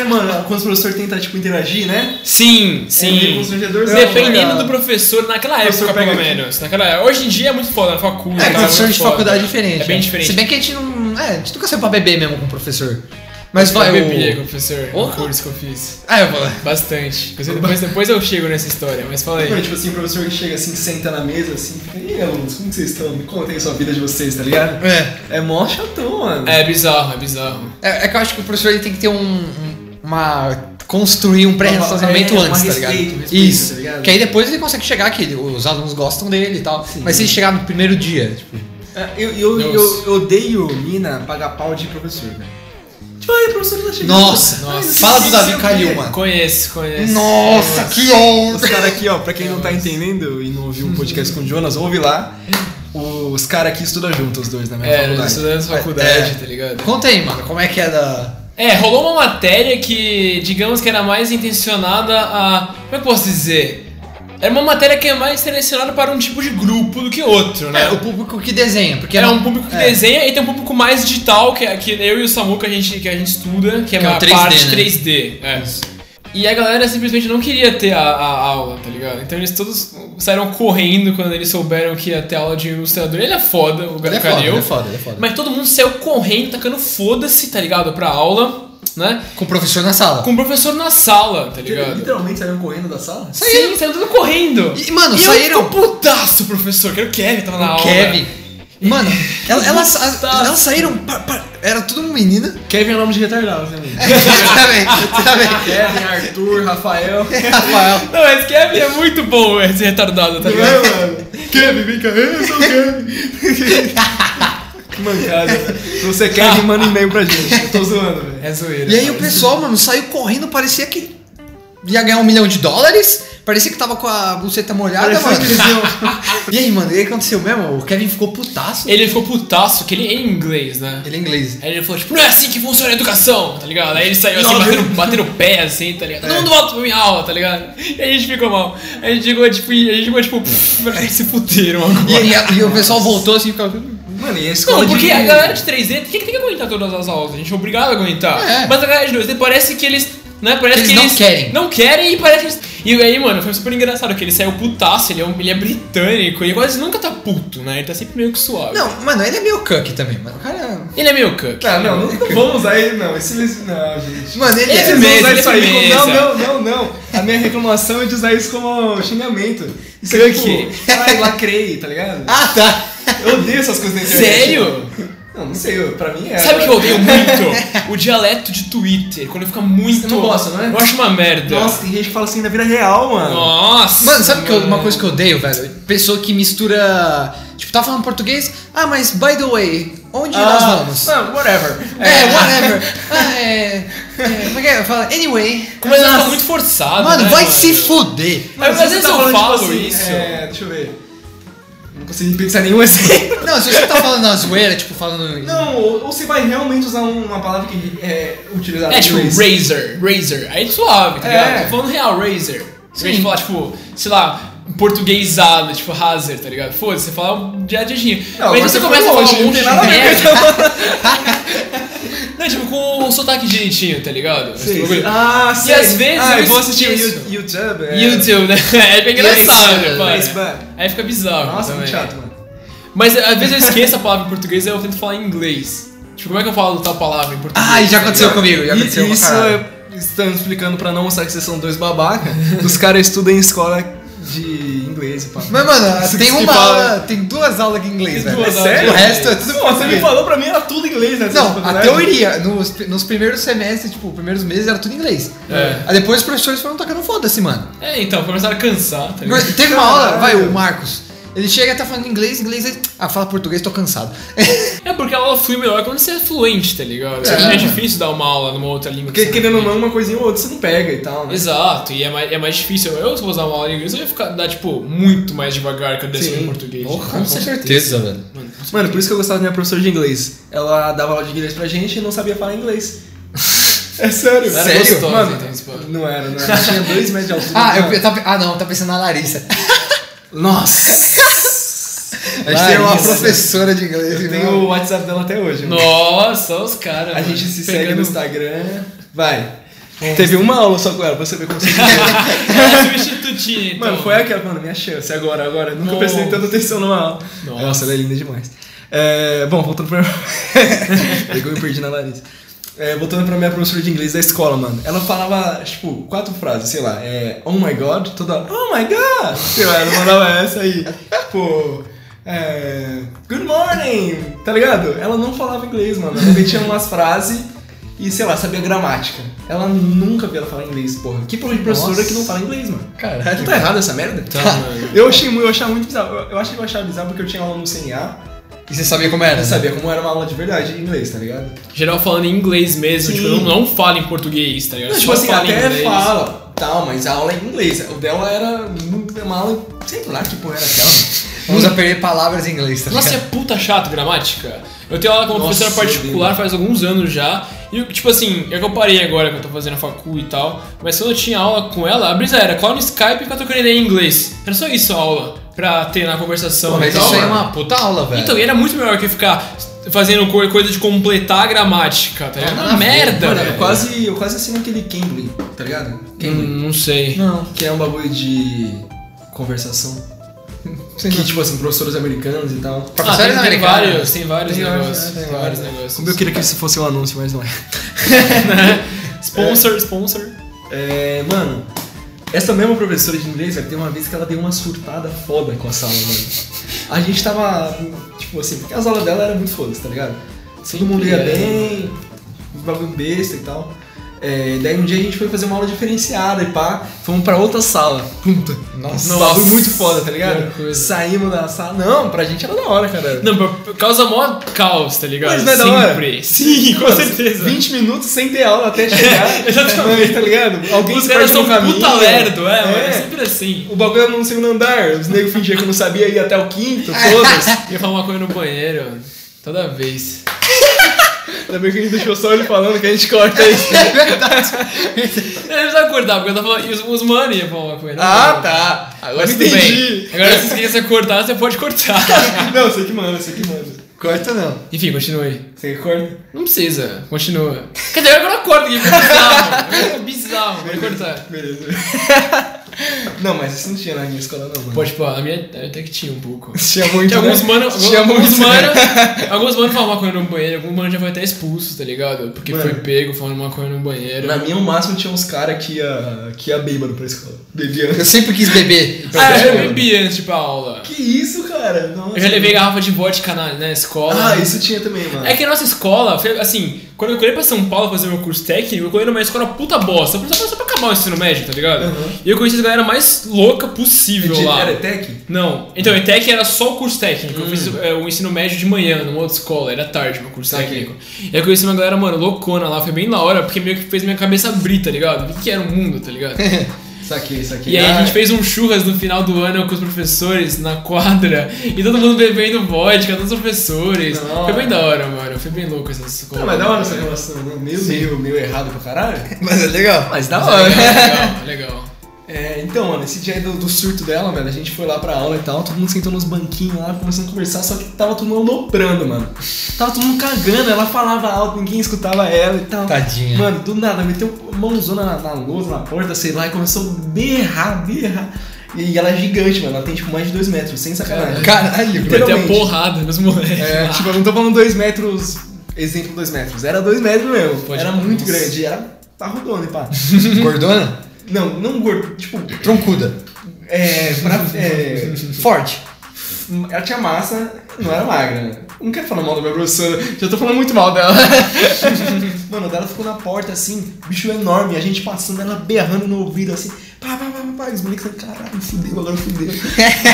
Speaker 2: É, mano, quando o professor tenta, tipo, interagir, né?
Speaker 3: Sim, sim.
Speaker 2: meio constrangedorzão,
Speaker 3: Dependendo
Speaker 2: né?
Speaker 3: do professor, naquela
Speaker 2: professor
Speaker 3: época, pelo
Speaker 2: pega aqui.
Speaker 3: menos. Naquela época. Hoje em dia é muito foda, na facul.
Speaker 4: É,
Speaker 3: tá,
Speaker 4: professor
Speaker 3: muito
Speaker 4: de
Speaker 3: foda.
Speaker 4: faculdade é diferente.
Speaker 3: É bem
Speaker 4: né?
Speaker 3: diferente.
Speaker 4: Se bem que a gente não. É, a gente nunca saiu pra beber mesmo com o professor. Mas vai,
Speaker 3: eu bebia com
Speaker 4: o.
Speaker 3: o professor
Speaker 4: Porra.
Speaker 3: no curso que eu fiz.
Speaker 4: Ah, eu vou.
Speaker 3: Bastante. Inclusive, Depois, depois eu chego nessa história, mas fala aí.
Speaker 2: Mano, tipo assim, o professor que chega assim, senta na mesa assim, fica, e aí, alunos, como que vocês estão? Me contem a sua vida de vocês, tá ligado?
Speaker 4: É.
Speaker 2: É mó chatão, mano.
Speaker 3: É bizarro, é bizarro.
Speaker 4: É, é que eu acho que o professor ele tem que ter um. um- uma. construir um pré-relacionamento
Speaker 2: É, um
Speaker 4: antes, tá ligado?
Speaker 2: respeito, respeito,
Speaker 4: Isso.
Speaker 2: tá ligado?
Speaker 4: Que aí depois ele consegue chegar aqui, os alunos gostam dele e tal. Mas se ele chegar no primeiro dia, tipo.
Speaker 2: É, Eu, eu, eu,
Speaker 3: Deus.
Speaker 2: eu odeio mina pagar pau de professor, velho. Tipo, aí, professor tá chegando.
Speaker 4: Nossa,
Speaker 2: Ai,
Speaker 4: nossa.
Speaker 2: não
Speaker 4: Fala do
Speaker 2: sei
Speaker 4: Davi
Speaker 2: se eu
Speaker 4: Calil,
Speaker 2: quero.
Speaker 4: mano.
Speaker 3: Conheço, conheço.
Speaker 4: Nossa, que
Speaker 2: Os
Speaker 4: honra!
Speaker 2: caras aqui, ó, pra quem não tá entendendo e não ouviu o podcast com o Jonas, ouve lá. Os caras aqui estudam juntos, os dois, na mesma
Speaker 3: É, nós
Speaker 2: faculdade.
Speaker 3: estudamos faculdade,
Speaker 4: É.
Speaker 3: tá ligado?
Speaker 4: Conta aí, mano, como é que é da.
Speaker 3: É, rolou uma matéria que, digamos que era mais intencionada a. Como é que eu posso dizer? Era uma matéria que é mais selecionada para um tipo de grupo do que outro, né?
Speaker 4: É, o público que desenha, porque
Speaker 3: é
Speaker 4: não-
Speaker 3: um público que
Speaker 4: é.
Speaker 3: desenha e tem um público mais digital, que, que eu e o Samu que a gente, que a gente estuda, que é
Speaker 4: Que é o
Speaker 3: a
Speaker 4: 3D,
Speaker 3: parte
Speaker 4: né?
Speaker 3: 3D. é. E a galera simplesmente não queria ter a, a aula, tá ligado? Então eles todos saíram correndo quando eles souberam que ia ter aula de ilustrador. Ele é foda, o
Speaker 4: Ele é
Speaker 3: Gabriel.
Speaker 4: foda, ele é foda, ele é foda.
Speaker 3: Mas todo mundo saiu correndo, tacando foda-se, tá ligado? Pra aula, né?
Speaker 4: Com o professor na sala.
Speaker 3: Com o professor na sala, tá ligado?
Speaker 2: Literalmente saíram correndo da sala?
Speaker 3: Sim, saiu tudo correndo.
Speaker 4: E, mano,
Speaker 3: E é
Speaker 4: saíram-
Speaker 3: Eu fico putaço, professor, que era o Kevin, tava na aula.
Speaker 4: Kevin. Mano, ela- elas,
Speaker 3: Nossa.
Speaker 4: elas saíram. pa- pa- era tudo menina.
Speaker 2: Kevin é nome de retardado, né, mano?
Speaker 4: (laughs) também, também.
Speaker 2: Kevin, Arthur, Rafael.
Speaker 4: Rafael.
Speaker 3: Não, esse Kevin é muito bom, esse retardado, tá ligado?
Speaker 2: mano? Kevin, vem cá, eu sou o Kevin. que mancada. velho. Se você quer, me manda um e-mail pra gente. Eu tô zoando, velho.
Speaker 3: É zoeira.
Speaker 4: E aí o
Speaker 3: mano.
Speaker 4: pessoal, mano, saiu correndo, parecia que ia ganhar um milhão de dólares. Parecia que tava com a buceta molhada,
Speaker 2: Parecia que eles
Speaker 4: mano. (laughs) E aí, mano, e aí aconteceu mesmo? O Kevin ficou putaço.
Speaker 3: Ele ficou putaço, que ele é em inglês, né?
Speaker 4: Ele é inglês.
Speaker 3: Aí ele falou, tipo, não é assim que funciona a educação, tá ligado? Aí ele saiu assim,
Speaker 4: Não, É.
Speaker 3: batendo, batendo o pé, assim, tá ligado? Todo mundo volta pra minha aula, tá ligado? E a gente ficou mal. A gente chegou, tipo, e- a gente ficou, tipo, (laughs) "Pff, pra que se fuderam agora.
Speaker 4: E, aí, e o pessoal voltou assim, ficava.
Speaker 2: Mano, e a escola
Speaker 3: Não, porque
Speaker 2: de...
Speaker 3: a galera de 3D tem que, tem que aguentar todas as aulas, a gente é obrigado a aguentar.
Speaker 4: É.
Speaker 3: Mas a galera de 2D parece que eles. Né, parece
Speaker 4: Eles
Speaker 3: que
Speaker 4: não
Speaker 3: eles
Speaker 4: querem.
Speaker 3: Não querem e parece que eles. E aí, mano, foi super engraçado que ele saiu putaço, ele é, um, ele é britânico, ele quase nunca tá puto, né? Ele tá sempre meio que suave.
Speaker 4: Não, mano, ele é meio cuck também, mano. O cara.
Speaker 3: Ele é meio cuck. (laughs)
Speaker 2: Ah, não, não, não vamos usar ele, não. Esse eles... Não, gente.
Speaker 4: Mano, ele
Speaker 2: Eles
Speaker 4: é.
Speaker 3: Esse
Speaker 2: vão
Speaker 3: mesmo.
Speaker 2: usar isso aí como...
Speaker 3: firmeza.
Speaker 2: Não, não, não, não. A minha reclamação é de usar isso como xingamento. Isso é tipo... Ai, lacrei, tá ligado?
Speaker 4: Ah, tá.
Speaker 2: Eu odeio essas coisas na internet.
Speaker 3: Sério?
Speaker 2: mano. Não, não sei. eu- Pra mim é...
Speaker 3: Sabe o que eu odeio
Speaker 4: (laughs)
Speaker 3: muito? O dialeto de Twitter, quando fica muito.
Speaker 2: Você não gosta, não é?
Speaker 3: Eu acho uma merda.
Speaker 2: Nossa, tem gente que fala assim na vida real, mano.
Speaker 3: Nossa.
Speaker 4: Mano, sabe que eu- uma
Speaker 3: mano.
Speaker 4: coisa que eu odeio, velho? Pessoa que mistura. Tipo, tá falando português. Ah, mas by the way, onde
Speaker 2: Ah,
Speaker 4: nós vamos?
Speaker 2: ah, whatever.
Speaker 4: É, whatever. ah, é. é, Como é que eu falo? Anyway.
Speaker 3: Começa a ficar tá muito forçado.
Speaker 4: Mano,
Speaker 3: né,
Speaker 4: vai se fuder.
Speaker 3: Mas
Speaker 2: você
Speaker 3: às vezes
Speaker 2: tá
Speaker 3: eu
Speaker 2: falando, tipo,
Speaker 3: falo
Speaker 2: assim,
Speaker 3: isso.
Speaker 2: É, deixa eu ver. Não consegui pensar em nenhum exemplo.
Speaker 4: Não, se você tá falando na zoeira, tipo, falando. em-
Speaker 2: (laughs) Não, ou, ou você vai realmente usar um, uma palavra que é utilizada
Speaker 3: É
Speaker 2: em
Speaker 3: tipo
Speaker 2: inglês.
Speaker 3: Razer, Razer. Aí suave, tá
Speaker 2: É.
Speaker 3: ligado? Tô falando real, Razer. Em vez de falar, tipo, sei lá, portuguesado, tipo Razer, tá ligado? Foda-se, você fala um diadinho.
Speaker 2: Não,
Speaker 3: Mas
Speaker 2: agora
Speaker 3: você
Speaker 2: foi
Speaker 3: começa a falar
Speaker 2: longe,
Speaker 3: um
Speaker 2: não
Speaker 3: monte
Speaker 2: tem
Speaker 3: de
Speaker 2: nada a ver com
Speaker 3: merda.
Speaker 2: essa palavra.
Speaker 3: Não, tipo, com o sotaque direitinho, tá ligado? Esse
Speaker 2: Sei, sei.
Speaker 3: bagulho.
Speaker 2: Ah, sei.
Speaker 3: às vezes
Speaker 2: ah,
Speaker 3: eu
Speaker 2: eu vou assistir
Speaker 3: esqueço.
Speaker 2: o YouTube. é.
Speaker 3: YouTube, né? (laughs) É bem
Speaker 2: Yes,
Speaker 3: engraçado,
Speaker 2: yes,
Speaker 3: mano.
Speaker 2: but-
Speaker 3: Aí fica bizarro.
Speaker 2: é Nossa,
Speaker 3: também.
Speaker 2: muito chato, mano.
Speaker 3: Mas às vezes eu esqueço a palavra em português e eu tento falar em inglês. Tipo, como é que eu falo tal palavra em português?
Speaker 2: Ah,
Speaker 4: Ai, já aconteceu comigo, já
Speaker 2: E
Speaker 4: aconteceu com
Speaker 2: isso
Speaker 4: caralho.
Speaker 2: é- estamos explicando pra não mostrar que vocês são dois babaca. os caras estudam em escola de inglês e
Speaker 3: (laughs)
Speaker 2: pá.
Speaker 4: Mas, mano,
Speaker 2: Isso
Speaker 4: tem
Speaker 2: que se
Speaker 4: uma
Speaker 2: fala.
Speaker 4: aula, tem duas aulas de inglês,
Speaker 3: Tem
Speaker 4: velho.
Speaker 3: duas aulas de
Speaker 4: O
Speaker 3: inglês.
Speaker 4: resto é tudo
Speaker 2: Pô, você me
Speaker 4: português.
Speaker 2: falou pra mim era tudo inglês, né?
Speaker 4: Não, a teoria, nos, nos primeiros semestres, tipo, primeiros meses era tudo inglês.
Speaker 3: É.
Speaker 4: Aí depois os professores foram tocando foda-se, mano.
Speaker 3: É, então, começaram a cansar, tá ligado?
Speaker 4: Mas Teve uma aula,
Speaker 2: Caralho.
Speaker 4: vai, o Marcos. Ele chega e tá falando inglês, inglês, ele. Ah, fala português, tô cansado.
Speaker 3: É porque a aula flui melhor quando você é fluente, tá ligado?
Speaker 4: É,
Speaker 3: É,
Speaker 4: mano.
Speaker 3: difícil dar uma aula numa outra língua. que
Speaker 2: Porque
Speaker 3: você
Speaker 2: querendo ou
Speaker 3: entende.
Speaker 2: não, uma coisinha ou outra você não pega e tal, né?
Speaker 3: Exato, e é mais, é mais difícil. Eu, se eu usar uma aula em inglês, eu ia ficar, dar, tipo, muito mais devagar que eu desço
Speaker 2: Sim.
Speaker 3: em português.
Speaker 4: Porra,
Speaker 3: Com
Speaker 4: com
Speaker 3: certeza.
Speaker 4: certeza, velho.
Speaker 3: Mano,
Speaker 2: Mano, por isso que eu gostava da minha professora de inglês. Ela dava aula de inglês pra gente e não sabia falar inglês. (laughs) É sério.
Speaker 3: Ela
Speaker 4: Sério?
Speaker 3: era gostosa,
Speaker 2: Mano,
Speaker 3: então, esse papo.
Speaker 2: não era, não era. Tinha dois metros de altura.
Speaker 4: Ah, eu,
Speaker 2: Mano.
Speaker 4: eu tava- ah, não, tá pensando na Larissa.
Speaker 2: (laughs) Nossa.
Speaker 4: A gente tem uma
Speaker 2: Larissa.
Speaker 4: professora de inglês. né?
Speaker 2: Eu
Speaker 4: irmão.
Speaker 2: tenho o WhatsApp dela até hoje. mano.
Speaker 3: Nossa, os caras.
Speaker 2: A
Speaker 3: mano,
Speaker 2: gente se segue no
Speaker 3: pegando-
Speaker 2: Instagram. Vai. Teve uma aula só com ela, pra você ver como você... (laughs)
Speaker 3: (laughs) Ela é substitutinha, então.
Speaker 2: Mano, foi aquela, mano, minha chance, agora, agora. Nunca prestei
Speaker 3: Nossa.
Speaker 2: tanta atenção numa aula.
Speaker 3: Nossa.
Speaker 2: Nossa, ela é linda demais. É, bom, voltando pra. (laughs) É que eu me perdi na Larissa. É, voltando pra minha professora de inglês da escola, mano. Ela falava, tipo, quatro frases, sei lá. É, oh my god, toda hora. Oh my god! Sei lá, ela mandava essa aí. Tipo. É, good morning! Tá ligado? Ela não falava inglês, mano. Ela repetia umas frases e, sei lá, sabia gramática. Ela nunca viu ela falar inglês, porra. Que porra de professora
Speaker 4: Nossa.
Speaker 2: que não fala inglês, mano?
Speaker 4: Caralho.
Speaker 2: Não tá errado essa merda?
Speaker 3: Tá, mano.
Speaker 2: Eu achei, mu- eu achava muito bizarro. Eu, eu achei que eu achava bizarro porque eu tinha aula no CNA.
Speaker 4: E você sabia como era?
Speaker 2: Eu
Speaker 4: né?
Speaker 2: sabia como era uma aula de verdade em inglês, tá ligado?
Speaker 3: Geral falando em inglês mesmo,
Speaker 2: Sim.
Speaker 3: tipo, não, não fala em português, tá ligado?
Speaker 2: Não,
Speaker 3: Só
Speaker 2: tipo assim,
Speaker 3: fala em
Speaker 2: até
Speaker 3: inglês.
Speaker 2: fala, tal, mas a aula é em inglês. O dela era muito- uma aula, sei lá que porra era aquela.
Speaker 4: Vamos aprender palavras em inglês, tá
Speaker 3: Nossa, é
Speaker 4: ligado?
Speaker 3: puta chato gramática. Eu tenho aula com uma
Speaker 2: Nossa,
Speaker 3: professora
Speaker 4: é
Speaker 3: particular faz alguns anos já. E, tipo assim, é que eu parei agora que eu tô fazendo a facu e tal. Mas quando eu tinha aula com ela, a brisa era cola no Skype e fica trocando ideia em inglês. Era só isso a aula, pra ter na conversação.
Speaker 4: Pô, mas
Speaker 3: e tal,
Speaker 4: isso aí é
Speaker 3: mano.
Speaker 4: uma puta aula, velho.
Speaker 3: Então, e era muito melhor que ficar fazendo co- coisa de completar a gramática, tá ligado?
Speaker 4: Não,
Speaker 3: Uma
Speaker 4: nada a ver.
Speaker 3: merda,
Speaker 2: Mano, eu
Speaker 3: velho.
Speaker 2: quase, eu quase assinei aquele Cambly, tá ligado?
Speaker 3: Hum,
Speaker 2: Cambly.
Speaker 3: não sei.
Speaker 4: Não,
Speaker 2: Que é um bagulho de conversação.
Speaker 4: sei
Speaker 2: Que,
Speaker 4: não.
Speaker 2: tipo assim, professores americanos e tal.
Speaker 3: Ah, tem,
Speaker 4: Professores
Speaker 3: tem
Speaker 4: americanos.
Speaker 3: vários, tem vários
Speaker 4: Tem vários,
Speaker 3: negócios.
Speaker 4: né?
Speaker 3: Tem
Speaker 4: Tem
Speaker 3: vários
Speaker 4: vários.
Speaker 3: negócios.
Speaker 2: Como eu queria que isso fosse um anúncio, mas não é.
Speaker 3: (laughs) Sponsor, sponsor.
Speaker 2: É, mano, essa mesma professora de inglês, velho, tem uma vez que ela deu uma surtada foda com a sala, mano. A gente tava, tipo assim, porque as aulas dela eram muito fodas, tá ligado? Todo mundo ia
Speaker 3: é.
Speaker 2: bem, uns bagulho besta e tal. É, daí um dia a gente foi fazer uma aula diferenciada e pá, fomos pra outra sala. Puta.
Speaker 4: Nossa.
Speaker 2: um bagulho muito foda, tá ligado?
Speaker 3: Que coisa.
Speaker 2: Saímos da sala. Não, pra gente era da hora, cara.
Speaker 3: Não, pra- pra- causa mó caos, tá ligado?
Speaker 2: Mas não é da hora?
Speaker 3: Sempre. Sim,
Speaker 2: (laughs)
Speaker 3: com
Speaker 2: Nossa,
Speaker 3: certeza.
Speaker 2: 20 minutos sem ter aula até chegar.
Speaker 3: (laughs) Exatamente.
Speaker 2: tá ligado? Alguns
Speaker 3: Os caras
Speaker 2: perdem
Speaker 3: são
Speaker 2: o caminho.
Speaker 3: puta lerdo, é, mano. É sempre assim.
Speaker 2: O bagulho era no segundo andar, os negros fingiam que não sabia ir até o quinto, todas.
Speaker 3: Ia falar uma coisa no banheiro, toda vez.
Speaker 2: Ainda bem que a gente deixou só ele falando que a gente corta isso.
Speaker 3: (laughs) Eu precisava É, acordar, porque eu tava falando. E os, os mano iam falar uma coisa.
Speaker 2: tá. Agora
Speaker 3: Mas tudo
Speaker 2: entendi.
Speaker 3: bem. Agora se você quiser cortar, você pode cortar. (laughs)
Speaker 2: Não, você que manda, você que manda.
Speaker 4: Corta não.
Speaker 3: Enfim, continue.
Speaker 2: Você que corta?
Speaker 3: Não precisa, continua. Cadê? Agora eu corto aqui, ficou bizarro. Ficou bizarro, pode cortar.
Speaker 2: Beleza. (laughs) não, mas isso não tinha na minha escola, não, mano.
Speaker 3: Pode, pô, a minha até que tinha um pouco.
Speaker 2: Tinha muito.
Speaker 3: Que alguns
Speaker 2: né?
Speaker 3: mano,
Speaker 2: Tinha
Speaker 3: alguns
Speaker 2: muito,
Speaker 3: mano,
Speaker 2: né? (laughs)
Speaker 3: alguns mano falam maconha no banheiro, alguns mano já foi até expulso, tá ligado? Porque
Speaker 2: Mano.
Speaker 3: foi pego falando maconha no banheiro.
Speaker 2: Na minha, o máximo tinha uns caras que ia, que ia bêbado pra escola. Bebia (laughs)
Speaker 4: Eu sempre quis beber.
Speaker 3: Ah, eu já
Speaker 2: Sério?
Speaker 3: bebi antes de ir pra aula.
Speaker 2: Que isso, cara? Nossa.
Speaker 3: Eu já levei garrafa de vodka na, na escola.
Speaker 2: Ah, isso tinha também, mano.
Speaker 3: É que a nossa escola, foi assim, quando eu colhei pra São Paulo fazer meu curso técnico, eu colhei numa escola puta bosta, só só pra acabar o ensino médio, tá ligado?
Speaker 2: Uhum.
Speaker 3: E eu conheci a galera mais louca possível
Speaker 2: De-
Speaker 3: lá.
Speaker 2: Era tech?
Speaker 3: Não, então, ETEC era só o curso técnico. Eu
Speaker 2: Hum.
Speaker 3: fiz é, o ensino médio de manhã, numa outra escola, era tarde meu curso
Speaker 2: Saquei.
Speaker 3: técnico. E eu conheci uma galera, mano, loucona lá, foi bem na hora, porque meio que fez minha cabeça abrir, tá ligado? O que que era o mundo, tá
Speaker 2: (laughs)
Speaker 3: ligado?
Speaker 2: Saquei, saquei.
Speaker 3: E aí a
Speaker 2: Ah,
Speaker 3: gente fez um churras no final do ano com os professores na quadra, e todo mundo bebendo vodka, todos os professores.
Speaker 2: Não.
Speaker 3: Foi bem da hora, mano. Foi bem louco essa escola.
Speaker 2: Não, mas da hora essa relação, né? Meio, meio, meio errado pra caralho.
Speaker 4: Mas é legal.
Speaker 2: Mas da
Speaker 3: Legal, legal, legal.
Speaker 2: É, então, mano, esse dia aí do, do surto dela, velho, a gente foi lá pra aula e tal, todo mundo sentou nos banquinhos lá, começando a conversar, só que tava todo mundo aloprando, mano. Tava todo mundo cagando, ela falava alto, ninguém escutava ela e tal.
Speaker 4: Tadinha.
Speaker 2: Mano, do nada, meteu mãozona na, na lousa, na porta, sei lá, e começou a berrar, berrar. E ela é gigante, mano. Ela tem tipo mais de 2 metros, sem sacanagem.
Speaker 4: Caralho,
Speaker 3: Vai ter a
Speaker 2: Literalmente.
Speaker 3: porrada nos moleques.
Speaker 2: É, tipo, eu não tô falando 2 metros, exemplo 2 metros. Era 2 metros mesmo.
Speaker 3: Pode-
Speaker 2: era muito
Speaker 3: nossa.
Speaker 2: grande. Era parrudona e pá.
Speaker 4: (laughs) Gordona?
Speaker 2: Não, não gordo. Tipo,
Speaker 4: Troncuda.
Speaker 2: é. Pra, é
Speaker 4: Forte.
Speaker 2: ela tinha massa, não era magra. Não quero falar mal da minha professora, já tô falando muito
Speaker 3: (laughs)
Speaker 2: mal dela. Mano, dela ficou na porta assim, bicho enorme, a gente passando, ela berrando no ouvido assim, pá, pá, pá, pá, pá. Os moleques falando, caralho, fudeu,
Speaker 3: (laughs)
Speaker 2: agora fudeu. (laughs)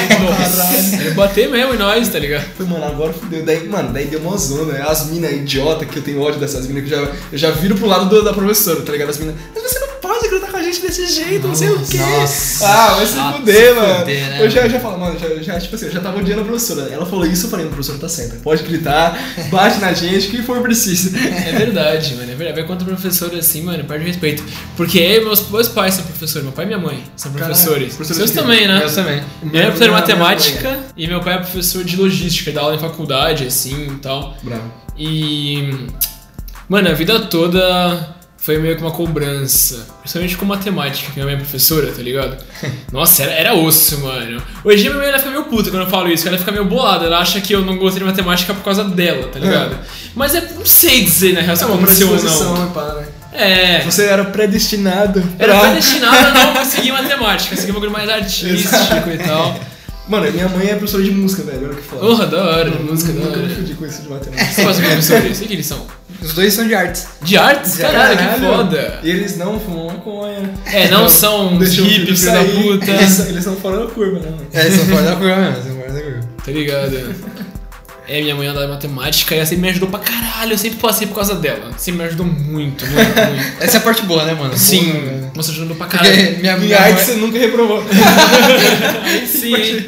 Speaker 2: caralho.
Speaker 3: Ele bater mesmo em nós, tá ligado?
Speaker 2: Falei, mano, agora fudeu. Daí, mano, daí deu uma zona. né? As minas idiota, que eu tenho ódio dessas minas, que eu já, eu já viro pro lado do- da professora, tá ligado? As minas, mas você não pode gritar com a gente desse jeito, não sei o quê.
Speaker 4: Nossa.
Speaker 2: ah, vai se
Speaker 4: Ah,
Speaker 2: fuder,
Speaker 4: se
Speaker 2: mano.
Speaker 4: fuder, né,
Speaker 2: eu já, já falo, mano, já, já, tipo assim, eu já tava odiando a professora. Ela falou isso, eu falei, professora tá certa. Pode gritar, bate na gente, o que for preciso.
Speaker 3: (laughs) É verdade, mano. É verdade. Vai contra o professor assim, mano. Perde o respeito. Porque meus dois pais são professores. Meu pai e minha mãe são
Speaker 2: Caralho,
Speaker 3: professores.
Speaker 2: professor
Speaker 3: Seus
Speaker 2: de quê?
Speaker 3: também, né?
Speaker 4: Eu também.
Speaker 3: Minha mãe é professora de
Speaker 2: Minha- minha
Speaker 3: matemática e meu pai é professor de logística, dá aula em faculdade, assim e tal.
Speaker 2: Bravo.
Speaker 3: E. Mano, a vida toda foi meio que uma cobrança. Principalmente com matemática, que minha mãe é professora, tá
Speaker 2: (laughs)
Speaker 3: ligado? Nossa, era, era osso, mano. Hoje a minha mãe ela fica meio puta quando eu falo isso, que ela fica meio bolada. Ela acha que eu não gostei de matemática por causa dela, tá ligado? Mas é, não sei dizer, na real, se
Speaker 2: É uma
Speaker 3: aconteceu ou não.
Speaker 2: predisposição, pá, né?
Speaker 3: É.
Speaker 2: Você era predestinado.
Speaker 3: Era
Speaker 2: pra-
Speaker 3: predestinado a
Speaker 2: (laughs)
Speaker 3: não conseguir matemática, seguir um bagulho mais artístico e tal.
Speaker 2: Mano, minha mãe é professora de música, velho. Olha que foda.
Speaker 3: Porra, da hora,
Speaker 2: Mano,
Speaker 3: música da
Speaker 2: Nunca me
Speaker 3: hora.
Speaker 2: fudi com isso de
Speaker 3: Você
Speaker 2: matemática.
Speaker 3: gosta de professores? O que eles são?
Speaker 4: Os dois são de artes.
Speaker 3: De artes? Caralho, que foda.
Speaker 2: E eles não fumam maconha.
Speaker 3: É, não são uns
Speaker 2: Deixa o filho
Speaker 3: hippies, filho da
Speaker 2: sair.
Speaker 3: puta.
Speaker 2: (laughs) Eles, eles são fora da curva, né, mano?
Speaker 4: É, eles são fora da curva mesmo. São fora da curva.
Speaker 3: Tá ligado? É, minha mãe andava em matemática e ela sempre me ajudou pra caralho. Eu sempre passei por causa dela. Sempre me ajudou muito, muito,
Speaker 4: (laughs)
Speaker 3: muito.
Speaker 4: Essa é a parte boa, né, mano? Boa, né?
Speaker 3: Sim, você ajudou pra
Speaker 4: Porque
Speaker 3: caralho.
Speaker 2: (laughs)
Speaker 4: minha,
Speaker 2: Em
Speaker 4: minha,
Speaker 2: arte
Speaker 4: mãe,
Speaker 2: você nunca reprovou.
Speaker 3: Sim, hein?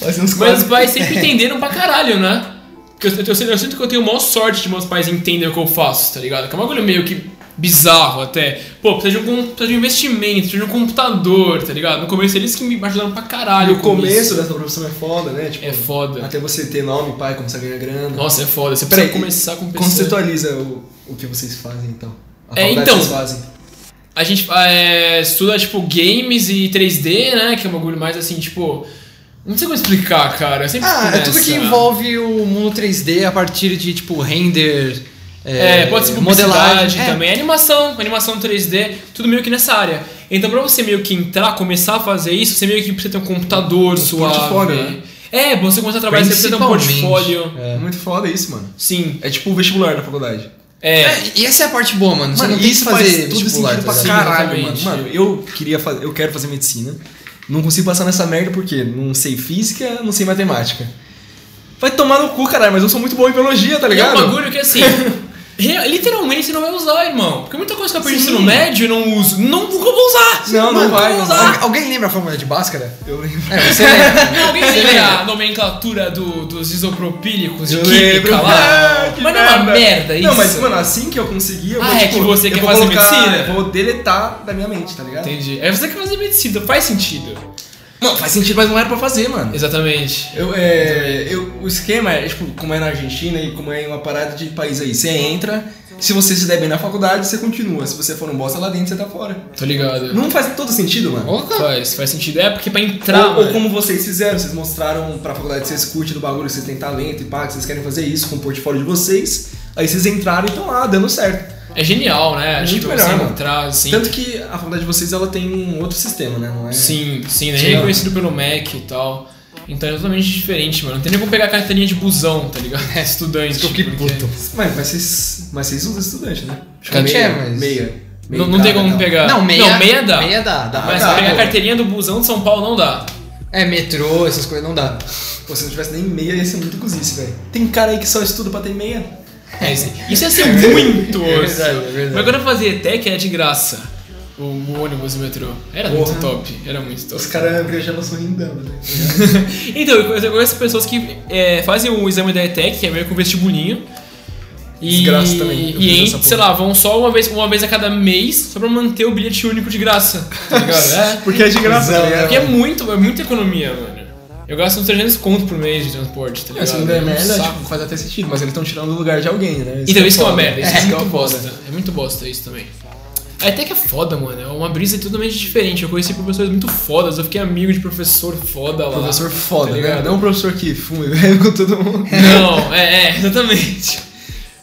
Speaker 2: Faz uns
Speaker 3: Mas
Speaker 2: quadros.
Speaker 3: os pais sempre entenderam pra caralho, né? Porque eu, eu, eu sinto que eu tenho maior sorte de meus pais entenderem o que eu faço, tá ligado? Que é um bagulho meio que bizarro até. Pô, precisa de um, com- precisa de um investimento, precisa de um computador, tá ligado? No começo eles que me ajudaram pra caralho.
Speaker 2: O
Speaker 3: com
Speaker 2: começo
Speaker 3: isso.
Speaker 2: dessa profissão é foda, né? Tipo,
Speaker 3: É foda.
Speaker 2: Até você ter nome, pai, começar a ganhar grana.
Speaker 3: Nossa, é foda. Você
Speaker 2: Peraí,
Speaker 3: precisa começar com pessoas.
Speaker 2: Conceitualiza o, o que vocês fazem, então. A
Speaker 3: É,
Speaker 2: faculdade
Speaker 3: então.
Speaker 2: que vocês fazem.
Speaker 3: A gente é, estuda, tipo, games e 3D, né? Que é um bagulho mais assim, tipo. Não sei como explicar, cara. Eu sempre
Speaker 4: Ah,
Speaker 3: fico
Speaker 4: é tudo
Speaker 3: nessa.
Speaker 4: que envolve o mundo 3D a partir de, tipo, render.
Speaker 3: É, pode ser publicidade
Speaker 4: modelagem. É.
Speaker 3: também. Animação, animação 3D, tudo meio que nessa área. Então, pra você meio que entrar, começar a fazer isso, você meio que precisa ter um computador suave.
Speaker 2: portfólio, né?
Speaker 3: É, pra você começar a trabalhar, você precisa ter um
Speaker 4: Principalmente.
Speaker 3: portfólio.
Speaker 2: É muito foda isso, mano.
Speaker 3: Sim.
Speaker 2: É tipo o vestibular da faculdade.
Speaker 3: É.
Speaker 4: É, e essa é a parte boa, mano. Você
Speaker 2: Mano,
Speaker 4: não tem que
Speaker 2: isso
Speaker 4: fazer
Speaker 2: faz todo
Speaker 4: vestibular,
Speaker 2: sentido
Speaker 4: tá
Speaker 2: pra
Speaker 4: ligado?
Speaker 2: caralho, mano.
Speaker 3: Exatamente.
Speaker 2: Mano, eu queria fazer, eu quero fazer medicina. Não consigo passar nessa merda porque não sei física, não sei matemática. Vai tomar no cu, caralho, mas eu sou muito bom em biologia, tá
Speaker 3: E É
Speaker 2: ligado?
Speaker 3: um bagulho que assim. (laughs) real- Literalmente você não vai usar, irmão. Porque muita coisa que eu aprendi no
Speaker 2: Sim.
Speaker 3: ensino médio eu não uso. Não, nunca vou usar.
Speaker 2: Não, não
Speaker 3: Nunca
Speaker 2: vai,
Speaker 3: vou
Speaker 2: não
Speaker 3: usar.
Speaker 4: Algu- Alguém lembra a fórmula de Bhaskara?
Speaker 2: Eu lembro.
Speaker 4: É, você lembra.
Speaker 3: Não, alguém
Speaker 4: Você
Speaker 3: lembra
Speaker 4: lembra?
Speaker 3: a nomenclatura do- dos isopropílicos de
Speaker 2: Eu
Speaker 3: química
Speaker 2: lembro.
Speaker 3: lá?
Speaker 2: Ah, que
Speaker 3: mas não é uma merda isso.
Speaker 2: Não, mas, mano, assim que eu conseguir, eu
Speaker 3: Ah,
Speaker 2: vou,
Speaker 3: é
Speaker 2: tipo,
Speaker 3: que você
Speaker 2: eu
Speaker 3: quer
Speaker 2: vou
Speaker 3: fazer
Speaker 2: colocar-
Speaker 3: medicina?
Speaker 2: eu Vou deletar da minha mente, tá ligado?
Speaker 3: Entendi. É você que faz medicina, faz sentido.
Speaker 2: Não, faz sentido, mas não era pra fazer, mano.
Speaker 3: Exatamente.
Speaker 2: Eu, é, eu, o esquema é, tipo, como é na Argentina e como é em uma parada de país aí. Você entra, se você se der bem na faculdade, você continua. Se você for um bosta lá dentro, você tá fora.
Speaker 3: Tô ligado.
Speaker 2: Não faz todo sentido, mano.
Speaker 3: Faz, faz sentido. É porque pra entrar.
Speaker 2: Ou, ou
Speaker 3: mano,
Speaker 2: como vocês fizeram, vocês mostraram pra faculdade que vocês curtem do bagulho, que vocês têm talento e pá, que vocês querem fazer isso com o portfólio de vocês. Aí vocês entraram e estão lá, dando certo.
Speaker 3: É genial, né?
Speaker 2: Muito
Speaker 3: tipo,
Speaker 2: melhor,
Speaker 3: você
Speaker 2: mano.
Speaker 3: entrar assim.
Speaker 2: Tanto que a faculdade de vocês, ela tem um outro sistema, né? Não é?
Speaker 3: Sim, sim, né?
Speaker 2: Sim.
Speaker 3: reconhecido pelo MEC e tal. Então é totalmente diferente, mano. Não tem nem como pegar carteirinha de busão, tá ligado? Estudante.
Speaker 4: que
Speaker 3: porque-
Speaker 4: puto.
Speaker 2: Mas, mas vocês, mas vocês usam estudante, né? Tipo,
Speaker 4: Cadê?
Speaker 2: meia,
Speaker 4: É, mas-
Speaker 2: meia,
Speaker 3: Não, não tem
Speaker 2: entrada e
Speaker 3: como
Speaker 2: tal.
Speaker 3: pegar.
Speaker 4: Não, meia.
Speaker 3: Não, meia dá.
Speaker 4: Meia dá, dá.
Speaker 3: Mas
Speaker 2: dá,
Speaker 3: pegar a
Speaker 2: pô.
Speaker 3: carteirinha do busão de São Paulo não dá.
Speaker 4: É, metrô, essas coisas não dá.
Speaker 2: Pô, se não tivesse nem meia, ia ser muito cozice, velho. Tem cara aí que só estuda pra ter meia.
Speaker 3: É, isso isso ia ser muito.
Speaker 4: (laughs) É verdade,
Speaker 3: osso.
Speaker 4: é verdade.
Speaker 3: Mas quando eu fazia ETEC era de graça. O, o ônibus e o metrô. Era muito
Speaker 2: Porra.
Speaker 3: top. Era muito top.
Speaker 2: Os caras viajando sorrindando, né?
Speaker 3: (laughs) Então, eu conheço- eu conheço pessoas que é, fazem o exame da ETEC, que é meio que um vestibulinho. E,
Speaker 2: Desgraça também, eu fiz
Speaker 3: E,
Speaker 2: essa
Speaker 3: ent- sei
Speaker 2: porra.
Speaker 3: lá, vão só uma vez, uma vez a cada mês só pra manter o bilhete único de graça. Tá
Speaker 2: (laughs)
Speaker 3: ligado? É.
Speaker 2: Porque é de graça,
Speaker 4: Cusão,
Speaker 2: tá ligado?
Speaker 3: Porque é muito, é muita economia, mano. Eu gasto uns 300 conto por mês de transporte, tá
Speaker 2: É,
Speaker 3: ligado?
Speaker 2: se não der
Speaker 3: um
Speaker 2: merda,
Speaker 3: saco.
Speaker 2: tipo, faz até sentido, mas eles estão tirando o lugar de alguém, né?
Speaker 3: Então,
Speaker 2: é
Speaker 3: isso é uma
Speaker 2: foda.
Speaker 3: merda, isso é,
Speaker 2: É, isso que
Speaker 3: muito
Speaker 2: é uma
Speaker 3: bosta.
Speaker 2: bosta.
Speaker 3: É muito bosta isso também. Até que é foda, mano. É uma brisa totalmente diferente. Eu conheci professores muito fodas, eu fiquei amigo de professor foda lá.
Speaker 2: Professor foda,
Speaker 3: tá
Speaker 2: né?
Speaker 3: ligado?
Speaker 2: Não um professor que fuma e bebe (laughs) com todo mundo.
Speaker 3: Não, é, é, exatamente.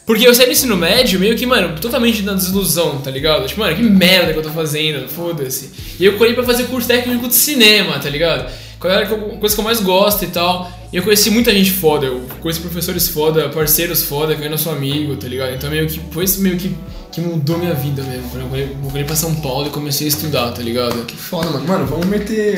Speaker 3: Porque eu saí do ensino médio meio que, mano, totalmente na desilusão, tá ligado? Tipo, mano, que merda que eu tô fazendo, foda-se. E eu corri pra fazer curso técnico de cinema, tá ligado? Qual era a co- coisa que eu mais gosto e tal. E eu conheci muita gente foda, eu conheci professores foda, parceiros foda, que eu ainda sou amigo, tá ligado? Então meio que foi isso meio que, que mudou minha vida mesmo. Quando eu corri- eu corri pra São Paulo e comecei a estudar, tá ligado?
Speaker 2: Foda, mano. Mano, vamos meter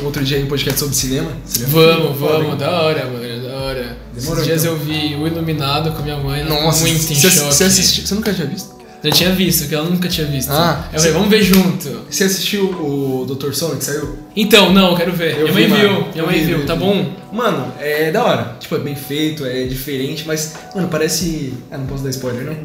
Speaker 2: um outro dia aí um podcast sobre cinema? Seria
Speaker 3: Vamos,
Speaker 2: foda,
Speaker 3: vamos,
Speaker 2: hein?
Speaker 3: da hora, mano, da hora.
Speaker 2: Demorou,
Speaker 3: Esses dias
Speaker 2: então.
Speaker 3: eu vi o Iluminado com minha mãe,
Speaker 2: Nossa,
Speaker 3: muito em
Speaker 2: você,
Speaker 3: choque.
Speaker 2: você assistiu? Você nunca tinha visto?
Speaker 3: Já tinha visto, que ela nunca tinha visto.
Speaker 2: Ah,
Speaker 3: eu falei, vamos ver junto.
Speaker 2: Você assistiu o Dr. Sono que saiu?
Speaker 3: Então, não, eu quero ver.
Speaker 2: Eu
Speaker 3: minha
Speaker 2: vi,
Speaker 3: mãe viu,
Speaker 2: mano.
Speaker 3: minha
Speaker 2: Eu
Speaker 3: mãe
Speaker 2: vi,
Speaker 3: viu,
Speaker 2: eu
Speaker 3: tá
Speaker 2: vi.
Speaker 3: bom?
Speaker 2: Mano, é da hora. Tipo, é bem feito, é diferente, mas, mano, parece. Ah, não posso dar spoiler, né?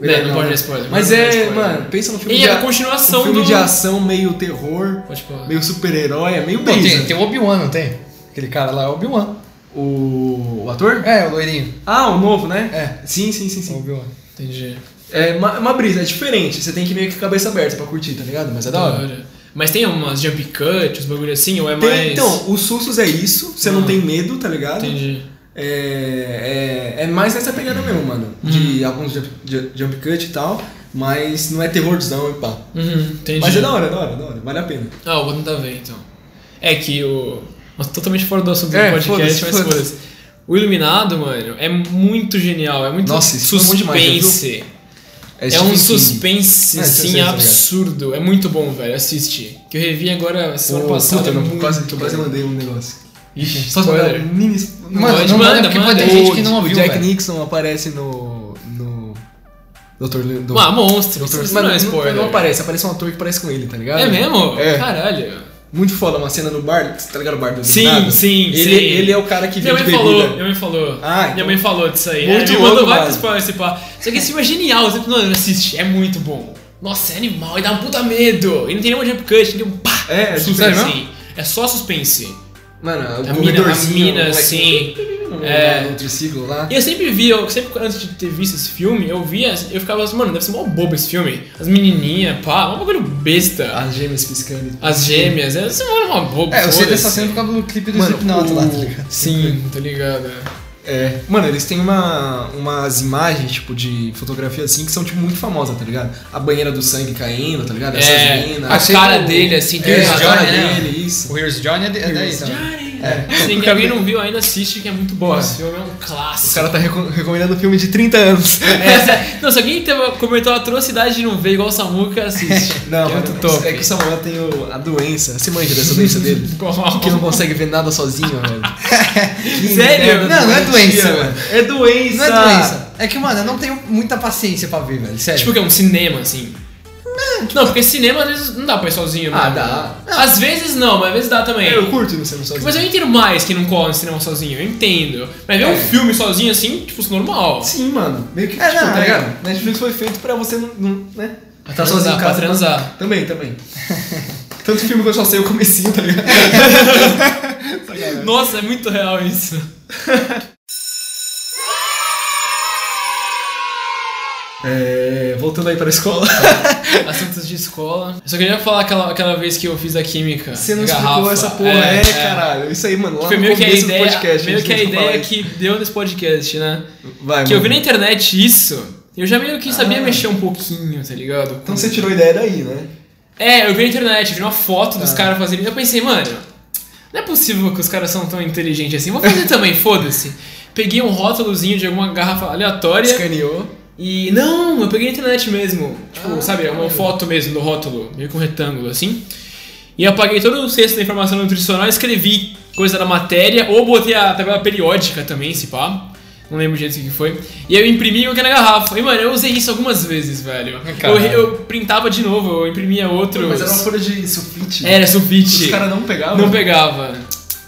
Speaker 3: É, não pode dar spoiler,
Speaker 2: Mas
Speaker 3: não pode
Speaker 2: é,
Speaker 3: dar spoiler.
Speaker 2: mano, pensa no filme
Speaker 3: E
Speaker 2: de
Speaker 3: é
Speaker 2: a-
Speaker 3: a continuação
Speaker 2: um filme
Speaker 3: do.
Speaker 2: de ação, meio terror,
Speaker 3: Pode falar.
Speaker 2: meio super-herói, é meio
Speaker 4: Pô, tem,
Speaker 2: brisa.
Speaker 4: tem o Obi-Wan, não tem? Aquele cara lá é o Obi-Wan.
Speaker 3: um-
Speaker 2: O... o ator?
Speaker 4: É, o loirinho.
Speaker 2: Ah, o novo, né?
Speaker 4: É.
Speaker 2: Sim, sim, sim,
Speaker 4: É o
Speaker 2: sim.
Speaker 4: Obi-Wan.
Speaker 3: Entendi.
Speaker 2: É uma, uma brisa, é diferente. Você tem que meio que cabeça aberta pra curtir, tá ligado? Mas é da hora.
Speaker 3: Mas tem umas jump cut, uns bagulho assim, ou é
Speaker 2: Tem-
Speaker 3: mais.
Speaker 2: Então, os sustos é isso, você
Speaker 3: Hum.
Speaker 2: não tem medo, tá ligado?
Speaker 3: Entendi.
Speaker 2: É, é, é mais nessa pegada mesmo, mano.
Speaker 4: Uhum.
Speaker 2: De alguns jump, ju- jump cut e tal, mas não é terrorzão e pá.
Speaker 3: Uhum, entendi.
Speaker 2: Mas é da hora, é da hora, é da hora. Vale a pena.
Speaker 3: Ah, eu vou tentar ver então. É que o. Nossa, totalmente fora do assunto
Speaker 2: É,
Speaker 3: do podcast,
Speaker 2: foda-se,
Speaker 3: mas
Speaker 2: foda-se.
Speaker 3: foda-se. O Iluminado, mano, é muito genial, é muito
Speaker 2: Nossa, isso foi bom
Speaker 3: suspense.
Speaker 2: demais, já viu?
Speaker 3: É um
Speaker 2: Stephen King.
Speaker 3: suspense,
Speaker 2: É,
Speaker 3: assim,
Speaker 2: suspense,
Speaker 3: absurdo. É muito bom, velho. Assiste. Que eu revi agora semana
Speaker 2: Pô,
Speaker 3: passada.
Speaker 2: puta,
Speaker 3: é
Speaker 2: não,
Speaker 3: muito
Speaker 2: quase,
Speaker 3: bom.
Speaker 2: quase mandei um negócio.
Speaker 3: Ixi,
Speaker 2: Posso mandar
Speaker 3: spoiler.
Speaker 2: um mini...
Speaker 4: Mano,
Speaker 3: Pode,
Speaker 4: não manda,
Speaker 3: manda,
Speaker 4: porque
Speaker 3: manda.
Speaker 4: pode ter gente que não ouviu,
Speaker 2: O Jack
Speaker 4: velho.
Speaker 2: Nixon aparece no... no... Dr. Le- do-
Speaker 3: Ah, monstro.
Speaker 2: Dr.
Speaker 3: Isso
Speaker 2: Mano,
Speaker 3: não é spoiler.
Speaker 2: um Não aparece, aparece um ator que parece com ele, tá ligado?
Speaker 3: É mesmo?
Speaker 2: É.
Speaker 3: Caralho.
Speaker 2: Muito foda, uma cena no bar, tá ligado o bar do
Speaker 3: Sim,
Speaker 2: Iluminado?
Speaker 3: sim,
Speaker 2: ele,
Speaker 3: sim.
Speaker 2: Ele é o cara que
Speaker 3: Minha
Speaker 2: vende
Speaker 3: mãe
Speaker 2: bebida.
Speaker 3: falou, minha mãe falou.
Speaker 2: Ah, então-
Speaker 3: minha mãe falou disso aí.
Speaker 2: Muito
Speaker 3: é, me
Speaker 2: louco,
Speaker 3: mandou vários
Speaker 2: mano.
Speaker 3: spoilers esse pá. Só que esse filme é genial, eu sempre, mano, assiste, é muito bom. Nossa, é animal, e dá um puta medo. E não tem nenhuma jump cut, não tem um pá.
Speaker 2: É, é
Speaker 3: suspense.
Speaker 2: sério
Speaker 3: É só suspense.
Speaker 2: Mano, o
Speaker 3: A mina, a
Speaker 2: corredorzinho,
Speaker 3: mina,
Speaker 2: o moleque- (laughs)
Speaker 3: assim.
Speaker 2: No,
Speaker 3: É.
Speaker 2: no triciclo lá.
Speaker 3: E eu sempre via, eu sempre antes de ter visto esse filme, eu via, eu ficava assim, mano, deve ser mó bobo esse filme. As menininhas, pá, um bagulho besta.
Speaker 2: As gêmeas piscando.
Speaker 3: As gêmeas, é, você mora uma boba.
Speaker 4: É, eu sei
Speaker 3: foda-se.
Speaker 4: dessa cena por causa do clipe do
Speaker 2: Mano,
Speaker 4: Slipknot lá,
Speaker 2: o-
Speaker 4: tá ligado?
Speaker 3: Sim, tá ligado.
Speaker 2: É. Mano, eles têm uma, umas imagens, tipo, de fotografia assim, que são, tipo, muito famosas, tá ligado? A banheira do sangue caindo, tá ligado? Essas
Speaker 3: É,
Speaker 2: minas.
Speaker 3: a
Speaker 4: Achei
Speaker 3: cara
Speaker 4: o-
Speaker 3: dele, assim, tem
Speaker 2: É,
Speaker 4: Here's
Speaker 2: a
Speaker 3: um
Speaker 2: cara
Speaker 4: Johnny, né?
Speaker 2: dele, isso.
Speaker 4: O Here's Johnny é, de- é daí
Speaker 3: Here's
Speaker 4: também.
Speaker 3: Se né? alguém não viu ainda, assiste, que é muito bom.
Speaker 2: Bora.
Speaker 3: Esse filme é um
Speaker 2: O
Speaker 3: clássico.
Speaker 2: cara tá reco- recomendando um filme de 30 anos.
Speaker 3: É, se- não, se alguém teve- cometeu a atrocidade e não vê igual o Samuca, assiste.
Speaker 2: (laughs) Não,
Speaker 3: que é
Speaker 2: mano,
Speaker 3: muito top.
Speaker 2: é que o Samuel tem o- a doença. Você manja dessa
Speaker 3: (laughs)
Speaker 2: doença dele?
Speaker 3: Qual?
Speaker 2: Que não consegue ver nada sozinho, velho. Que
Speaker 3: (laughs) Sério?
Speaker 2: merda,
Speaker 4: Não, não é
Speaker 2: doentia,
Speaker 4: doença,
Speaker 2: mano. É doença.
Speaker 4: Não é doença. É que, mano, eu não tenho muita paciência pra ver, velho. Sério.
Speaker 3: Tipo que é um cinema, assim. Não, porque cinema às vezes não dá pra ir sozinho,
Speaker 2: tipo Ah,
Speaker 3: mano.
Speaker 2: dá.
Speaker 3: Às vezes não, mas às vezes dá também.
Speaker 2: Eu curto no cinema sozinho.
Speaker 3: Mas eu entendo mais que não corre no cinema sozinho, eu entendo. Mas ver um filme sozinho assim, tipo, isso é normal.
Speaker 2: É. Sim, mano. Meio que,
Speaker 4: É,
Speaker 2: tipo,
Speaker 4: não,
Speaker 2: tá
Speaker 4: é.
Speaker 2: ligado? Netflix foi feito pra você não, não né?
Speaker 3: Pra transar, pra transar.
Speaker 2: Também, também. (laughs) Tanto filme que eu só sei o comecinho, tá ligado? (laughs)
Speaker 3: Nossa, é muito real isso.
Speaker 2: É, voltando aí pra escola.
Speaker 3: (laughs) Assuntos de escola. Eu só queria falar aquela, aquela vez que eu fiz a química.
Speaker 2: Você não
Speaker 3: garrafa.
Speaker 2: explicou essa porra. É, caralho. Isso aí, mano. Lá
Speaker 3: Foi
Speaker 2: no
Speaker 3: meio que a
Speaker 2: começo
Speaker 3: ideia,
Speaker 2: do podcast.
Speaker 3: meio
Speaker 2: gente
Speaker 3: que, a
Speaker 2: começou falar
Speaker 3: ideia
Speaker 2: isso.
Speaker 3: que deu nesse podcast, né?
Speaker 2: Vai,
Speaker 3: que eu vi
Speaker 2: mano.
Speaker 3: na internet isso, eu já meio que sabia
Speaker 2: Ah.
Speaker 3: mexer um pouquinho, tá ligado?
Speaker 2: Então você tirou a ideia daí, né?
Speaker 3: É, eu vi na internet, vi uma foto dos
Speaker 2: Ah.
Speaker 3: caras fazendo. Eu pensei, mano, não é possível que os caras são tão inteligentes assim. Vou fazer também, foda-se. Peguei um rótulozinho de alguma garrafa aleatória
Speaker 2: Escaneou.
Speaker 3: e. Não, eu peguei na internet mesmo. Tipo,
Speaker 2: Ah,
Speaker 3: sabe, é uma foto mesmo do rótulo, meio com um retângulo assim. E apaguei todo o texto da informação nutricional, escrevi coisa da matéria, ou botei a tabela periódica também, se pá. Não lembro direito o que foi. E eu imprimi e coloquei na garrafa. E, mano, eu usei isso algumas vezes, velho. Eu,
Speaker 4: Caralho.
Speaker 3: eu printava de novo, eu imprimia outro.
Speaker 2: Mas era uma folha de sulfite.
Speaker 3: Era sulfite.
Speaker 2: Os caras não pegavam.
Speaker 3: É, não pegava.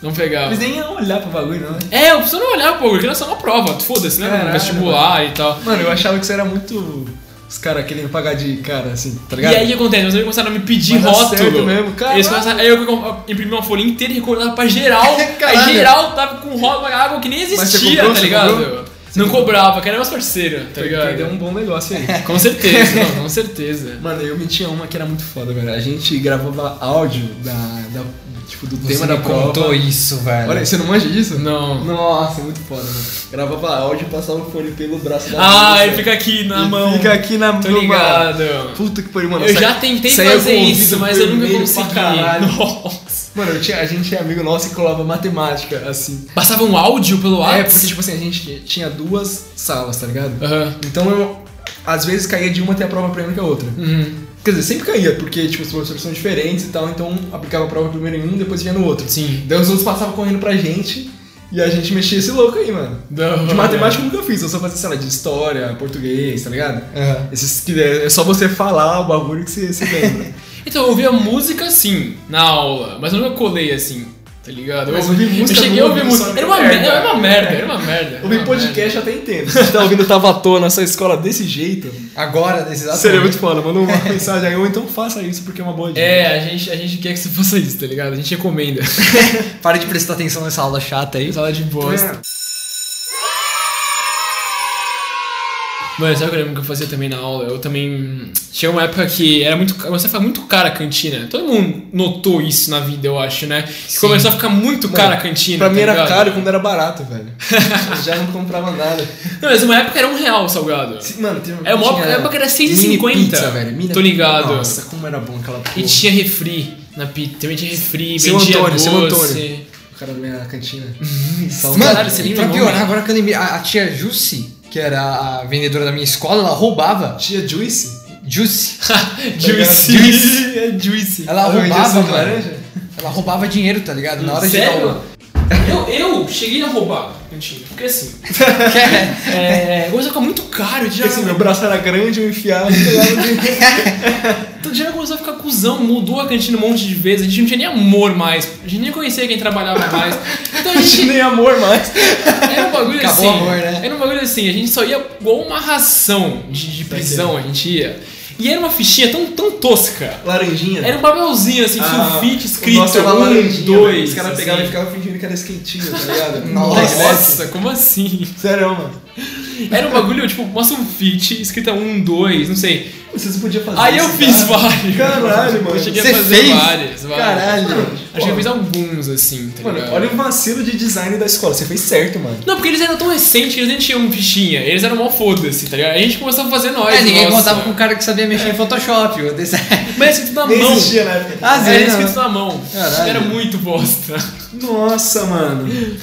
Speaker 3: Não pegava.
Speaker 2: Eles nem iam olhar pro bagulho, não, né?
Speaker 3: É, eu preciso não olhar, pô, porque era só uma prova. Foda-se, né?
Speaker 2: Caralho,
Speaker 3: vestibular e tal.
Speaker 2: Mano, eu achava que isso era muito. Os caras querendo pagar de cara, assim, tá
Speaker 3: E
Speaker 2: ligado?
Speaker 3: aí o que acontece? Meus amigos começaram a me pedir
Speaker 2: Mas dá certo
Speaker 3: rótulo.
Speaker 2: mesmo, caralho.
Speaker 3: Eles começaram, aí eu co- imprimi uma folha
Speaker 2: (laughs)
Speaker 3: inteira e recordava pra geral. aí
Speaker 2: Caralho.
Speaker 3: geral tava com um rótulo, água que nem
Speaker 2: você
Speaker 3: existia,
Speaker 2: comprou,
Speaker 3: tá
Speaker 2: você
Speaker 3: ligado?
Speaker 2: comprou?
Speaker 3: Não cobrava, cara, era umas parceiras, tá ligado?
Speaker 2: Perdeu um bom negócio aí.
Speaker 3: (laughs) Com certeza, não, com certeza.
Speaker 2: Mano, eu mentia uma que era muito foda, velho. A gente gravava áudio da, da- tipo, do
Speaker 4: Você
Speaker 2: tema da
Speaker 4: me contou
Speaker 2: prova.
Speaker 4: isso, velho.
Speaker 2: Olha, você não manja disso?
Speaker 3: Não.
Speaker 2: Nossa, é muito foda, mano. Gravava áudio e passava o fone pelo braço da
Speaker 3: Ah,
Speaker 2: mesa.
Speaker 3: ele fica aqui na
Speaker 2: E
Speaker 3: mão.
Speaker 2: Fica aqui na mão.
Speaker 3: Tô ligado.
Speaker 2: Puta que pariu, mano.
Speaker 3: Eu
Speaker 2: Sai-
Speaker 3: já tentei
Speaker 2: saía
Speaker 3: fazer
Speaker 2: com o
Speaker 3: isso,
Speaker 2: ouvido
Speaker 3: mas eu nunca
Speaker 2: vermelho pra
Speaker 3: consegui.
Speaker 2: caralho.
Speaker 3: Nossa.
Speaker 2: Mano, eu tinha- a gente tinha amigo nosso que colava matemática, assim.
Speaker 3: Passava um áudio pelo
Speaker 2: É,
Speaker 3: ar?
Speaker 2: porque, tipo assim, a gente tinha duas salas, tá ligado?
Speaker 3: Aham.
Speaker 2: Então eu, às vezes, caía de uma até a prova primeiro que a outra.
Speaker 3: Uhum.
Speaker 2: Quer dizer, sempre caía, porque, tipo, os professores são diferentes e tal, então um aplicava a prova primeiro em um, depois vinha no outro.
Speaker 3: Sim.
Speaker 2: Daí os outros passavam correndo pra gente e a gente mexia esse louco aí, mano.
Speaker 3: Não,
Speaker 2: De matemática eu nunca fiz, eu só fazia, sei lá, de história, português, tá ligado?
Speaker 4: Aham.
Speaker 2: Esses que é é só você falar o bagulho que você, você lembra. (laughs)
Speaker 3: Então, eu ouvia música sim, na aula, mas eu nunca colei assim, tá ligado?
Speaker 2: Mas
Speaker 3: eu
Speaker 2: ouvir música
Speaker 3: Eu cheguei a
Speaker 2: no
Speaker 3: ouvir
Speaker 2: ouvido só
Speaker 3: música.
Speaker 2: é
Speaker 3: Era uma
Speaker 2: merda.
Speaker 3: merda, era uma merda, era uma merda. era
Speaker 2: Ouvir
Speaker 3: uma
Speaker 2: podcast eu até entendo. Ah, Se você tá ouvindo Tava à toa na sua escola desse jeito,
Speaker 4: Agora, nesse exato
Speaker 2: seria
Speaker 4: momento.
Speaker 2: muito foda. Manda uma (laughs) mensagem aí, ou então faça isso porque é uma boa dica.
Speaker 3: É, a gente, a gente quer que você faça isso, tá ligado? A gente recomenda. (laughs)
Speaker 4: Para de prestar atenção nessa aula chata aí.
Speaker 3: Sala de bosta.
Speaker 2: É.
Speaker 3: Mano, sabe o que eu lembro que eu fazia também na aula? Eu também. Tinha uma época que era muito. Começou a ficar muito cara a cantina. Todo mundo notou isso na vida, eu acho, né? Que Começou a ficar muito cara a cantina.
Speaker 2: Pra
Speaker 3: tá
Speaker 2: mim era
Speaker 3: ligado?
Speaker 2: caro quando era barato, (laughs) velho. Eu já não comprava nada.
Speaker 3: Não, mas uma época era um real o salgado.
Speaker 2: Mano, tem uma
Speaker 3: É, uma
Speaker 2: tinha
Speaker 3: época que era
Speaker 2: mini
Speaker 3: 6,50.
Speaker 2: pizza, velho. Mini-
Speaker 3: Tô ligado.
Speaker 2: Nossa, como era bom aquela porra.
Speaker 3: E tinha refri na pizza. Também tinha refri,
Speaker 2: Seu
Speaker 3: vendia
Speaker 2: Antônio,
Speaker 3: doce.
Speaker 2: seu
Speaker 3: (laughs)
Speaker 2: Antônio. O cara da minha cantina.
Speaker 4: Mano,
Speaker 3: Uhum, Caralho, você
Speaker 4: e
Speaker 3: lembra
Speaker 4: pra
Speaker 3: o
Speaker 4: piorar,
Speaker 3: nome?
Speaker 4: agora que eu lembrei, a, a tia Jussi, que era a vendedora da minha escola, ela roubava.
Speaker 2: Tia Juice?
Speaker 4: Jussi.
Speaker 2: Tá
Speaker 3: Juicy. É juicy.
Speaker 4: Ela
Speaker 2: Ela vendia
Speaker 4: roubava,
Speaker 2: suco de
Speaker 4: mano.
Speaker 2: laranja?
Speaker 4: Ela roubava dinheiro, tá ligado? Na hora de dar
Speaker 3: Sério?
Speaker 4: aula.
Speaker 3: Eu, eu cheguei a roubar cantina. Porque assim.
Speaker 4: (laughs)
Speaker 3: É, começou a ficar muito caro.
Speaker 2: Porque
Speaker 3: Já,
Speaker 2: assim, meu braço era grande, eu enfiava e pegava de...
Speaker 3: (laughs)
Speaker 2: (laughs)
Speaker 3: Todo dia começou a ficar cuzão, mudou a cantina um monte de vezes, a gente não tinha nem amor mais, a gente nem conhecia quem trabalhava mais. Então a
Speaker 2: Não
Speaker 4: (laughs)
Speaker 2: tinha
Speaker 3: gente
Speaker 2: nem amor mais.
Speaker 3: era um bagulho
Speaker 4: Acabou
Speaker 3: assim.
Speaker 4: o amor, né?
Speaker 3: Era um bagulho assim, a gente só ia igual uma ração de, de prisão, a gente ia. E era uma fichinha tão, tão tosca.
Speaker 2: Laranjinha?
Speaker 3: Era um papelzinho assim,
Speaker 2: Ah,
Speaker 3: sulfite escrito,
Speaker 2: Nossa, era
Speaker 3: um,
Speaker 2: é laranjinha. né?
Speaker 3: dois.
Speaker 2: Os caras pegavam e
Speaker 3: assim.
Speaker 2: ficavam fingindo que era skatinho, tá (laughs) ligado?
Speaker 3: Nossa, como assim?
Speaker 2: Sério, mano.
Speaker 3: Era um bagulho, tipo, uma sulfite escrita um, dois, não sei.
Speaker 2: Vocês não podiam fazer
Speaker 3: Aí eu
Speaker 2: isso, tá?
Speaker 3: fiz
Speaker 2: cara.
Speaker 3: vários.
Speaker 2: Caralho, mano.
Speaker 3: Eu cheguei
Speaker 4: Você
Speaker 3: a fazer
Speaker 4: fez?
Speaker 3: vários, vários.
Speaker 2: Caralho.
Speaker 3: Acho que eu fiz alguns, assim, tá
Speaker 2: Mano,
Speaker 3: ligado?
Speaker 2: olha o vacilo de design da escola. Você fez certo, mano.
Speaker 3: Não, porque eles eram tão recentes que eles nem tinham fichinha. Eles eram mó foda-se, tá ligado? A gente começava a fazer nós.
Speaker 4: É, ninguém
Speaker 3: nossa.
Speaker 4: contava com o cara que sabia mexer em Photoshop. ou desse-
Speaker 3: Mas é escrito na
Speaker 2: Nem
Speaker 3: mão. É,
Speaker 2: existia na época.
Speaker 4: Ah,
Speaker 3: Era
Speaker 4: sim,
Speaker 3: escrito
Speaker 4: não.
Speaker 3: na mão.
Speaker 4: Caralho.
Speaker 3: Era muito bosta.
Speaker 2: Nossa, mano.
Speaker 4: Tipo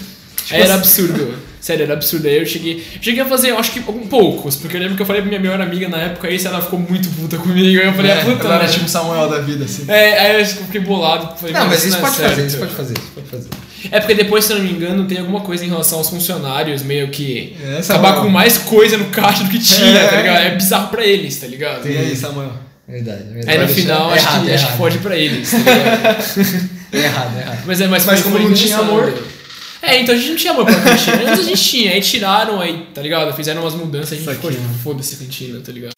Speaker 3: era
Speaker 4: assim.
Speaker 3: absurdo. Sério, era absurdo. Aí eu cheguei. Cheguei a fazer, eu acho que um poucos, porque eu lembro que eu falei pra minha melhor amiga na época isso, ela ficou muito puta comigo. Aí eu
Speaker 4: É,
Speaker 3: falei, ah, puta.
Speaker 2: Ela era
Speaker 3: né?
Speaker 2: tipo um Samuel da vida, assim.
Speaker 3: É, aí eu fiquei bolado. Falei,
Speaker 4: Não,
Speaker 3: "Mano,
Speaker 4: mas isso
Speaker 3: é
Speaker 4: pode
Speaker 3: certo."
Speaker 4: fazer, isso pode fazer, isso pode fazer.
Speaker 3: É porque depois, se eu não me engano, tem alguma coisa em relação aos funcionários, meio que
Speaker 2: É,
Speaker 3: acabar
Speaker 2: Samuel.
Speaker 3: com mais coisa no caixa do que tinha,
Speaker 2: É.
Speaker 3: tá ligado? É bizarro pra eles, tá ligado?
Speaker 2: E aí, Samuel?
Speaker 4: Verdade, verdade.
Speaker 3: Aí no
Speaker 4: Pode deixar.
Speaker 3: final
Speaker 4: É
Speaker 3: acho,
Speaker 4: errado,
Speaker 3: que,
Speaker 4: é
Speaker 3: acho que
Speaker 4: errado.
Speaker 3: pode pra eles. tá
Speaker 4: (laughs)
Speaker 3: ligado?
Speaker 4: É Errado, é errado.
Speaker 3: mas é, mas,
Speaker 2: Mas
Speaker 3: foi-
Speaker 2: como
Speaker 3: foi
Speaker 2: não tinha
Speaker 3: engraçado.
Speaker 2: amor.
Speaker 3: É, então a gente não tinha amor pra cantina. Antes a gente tinha, aí tiraram, aí, tá ligado? Fizeram umas mudanças, a gente ficou
Speaker 2: Saquinho.
Speaker 3: tipo, foda-se a cantina, tá ligado?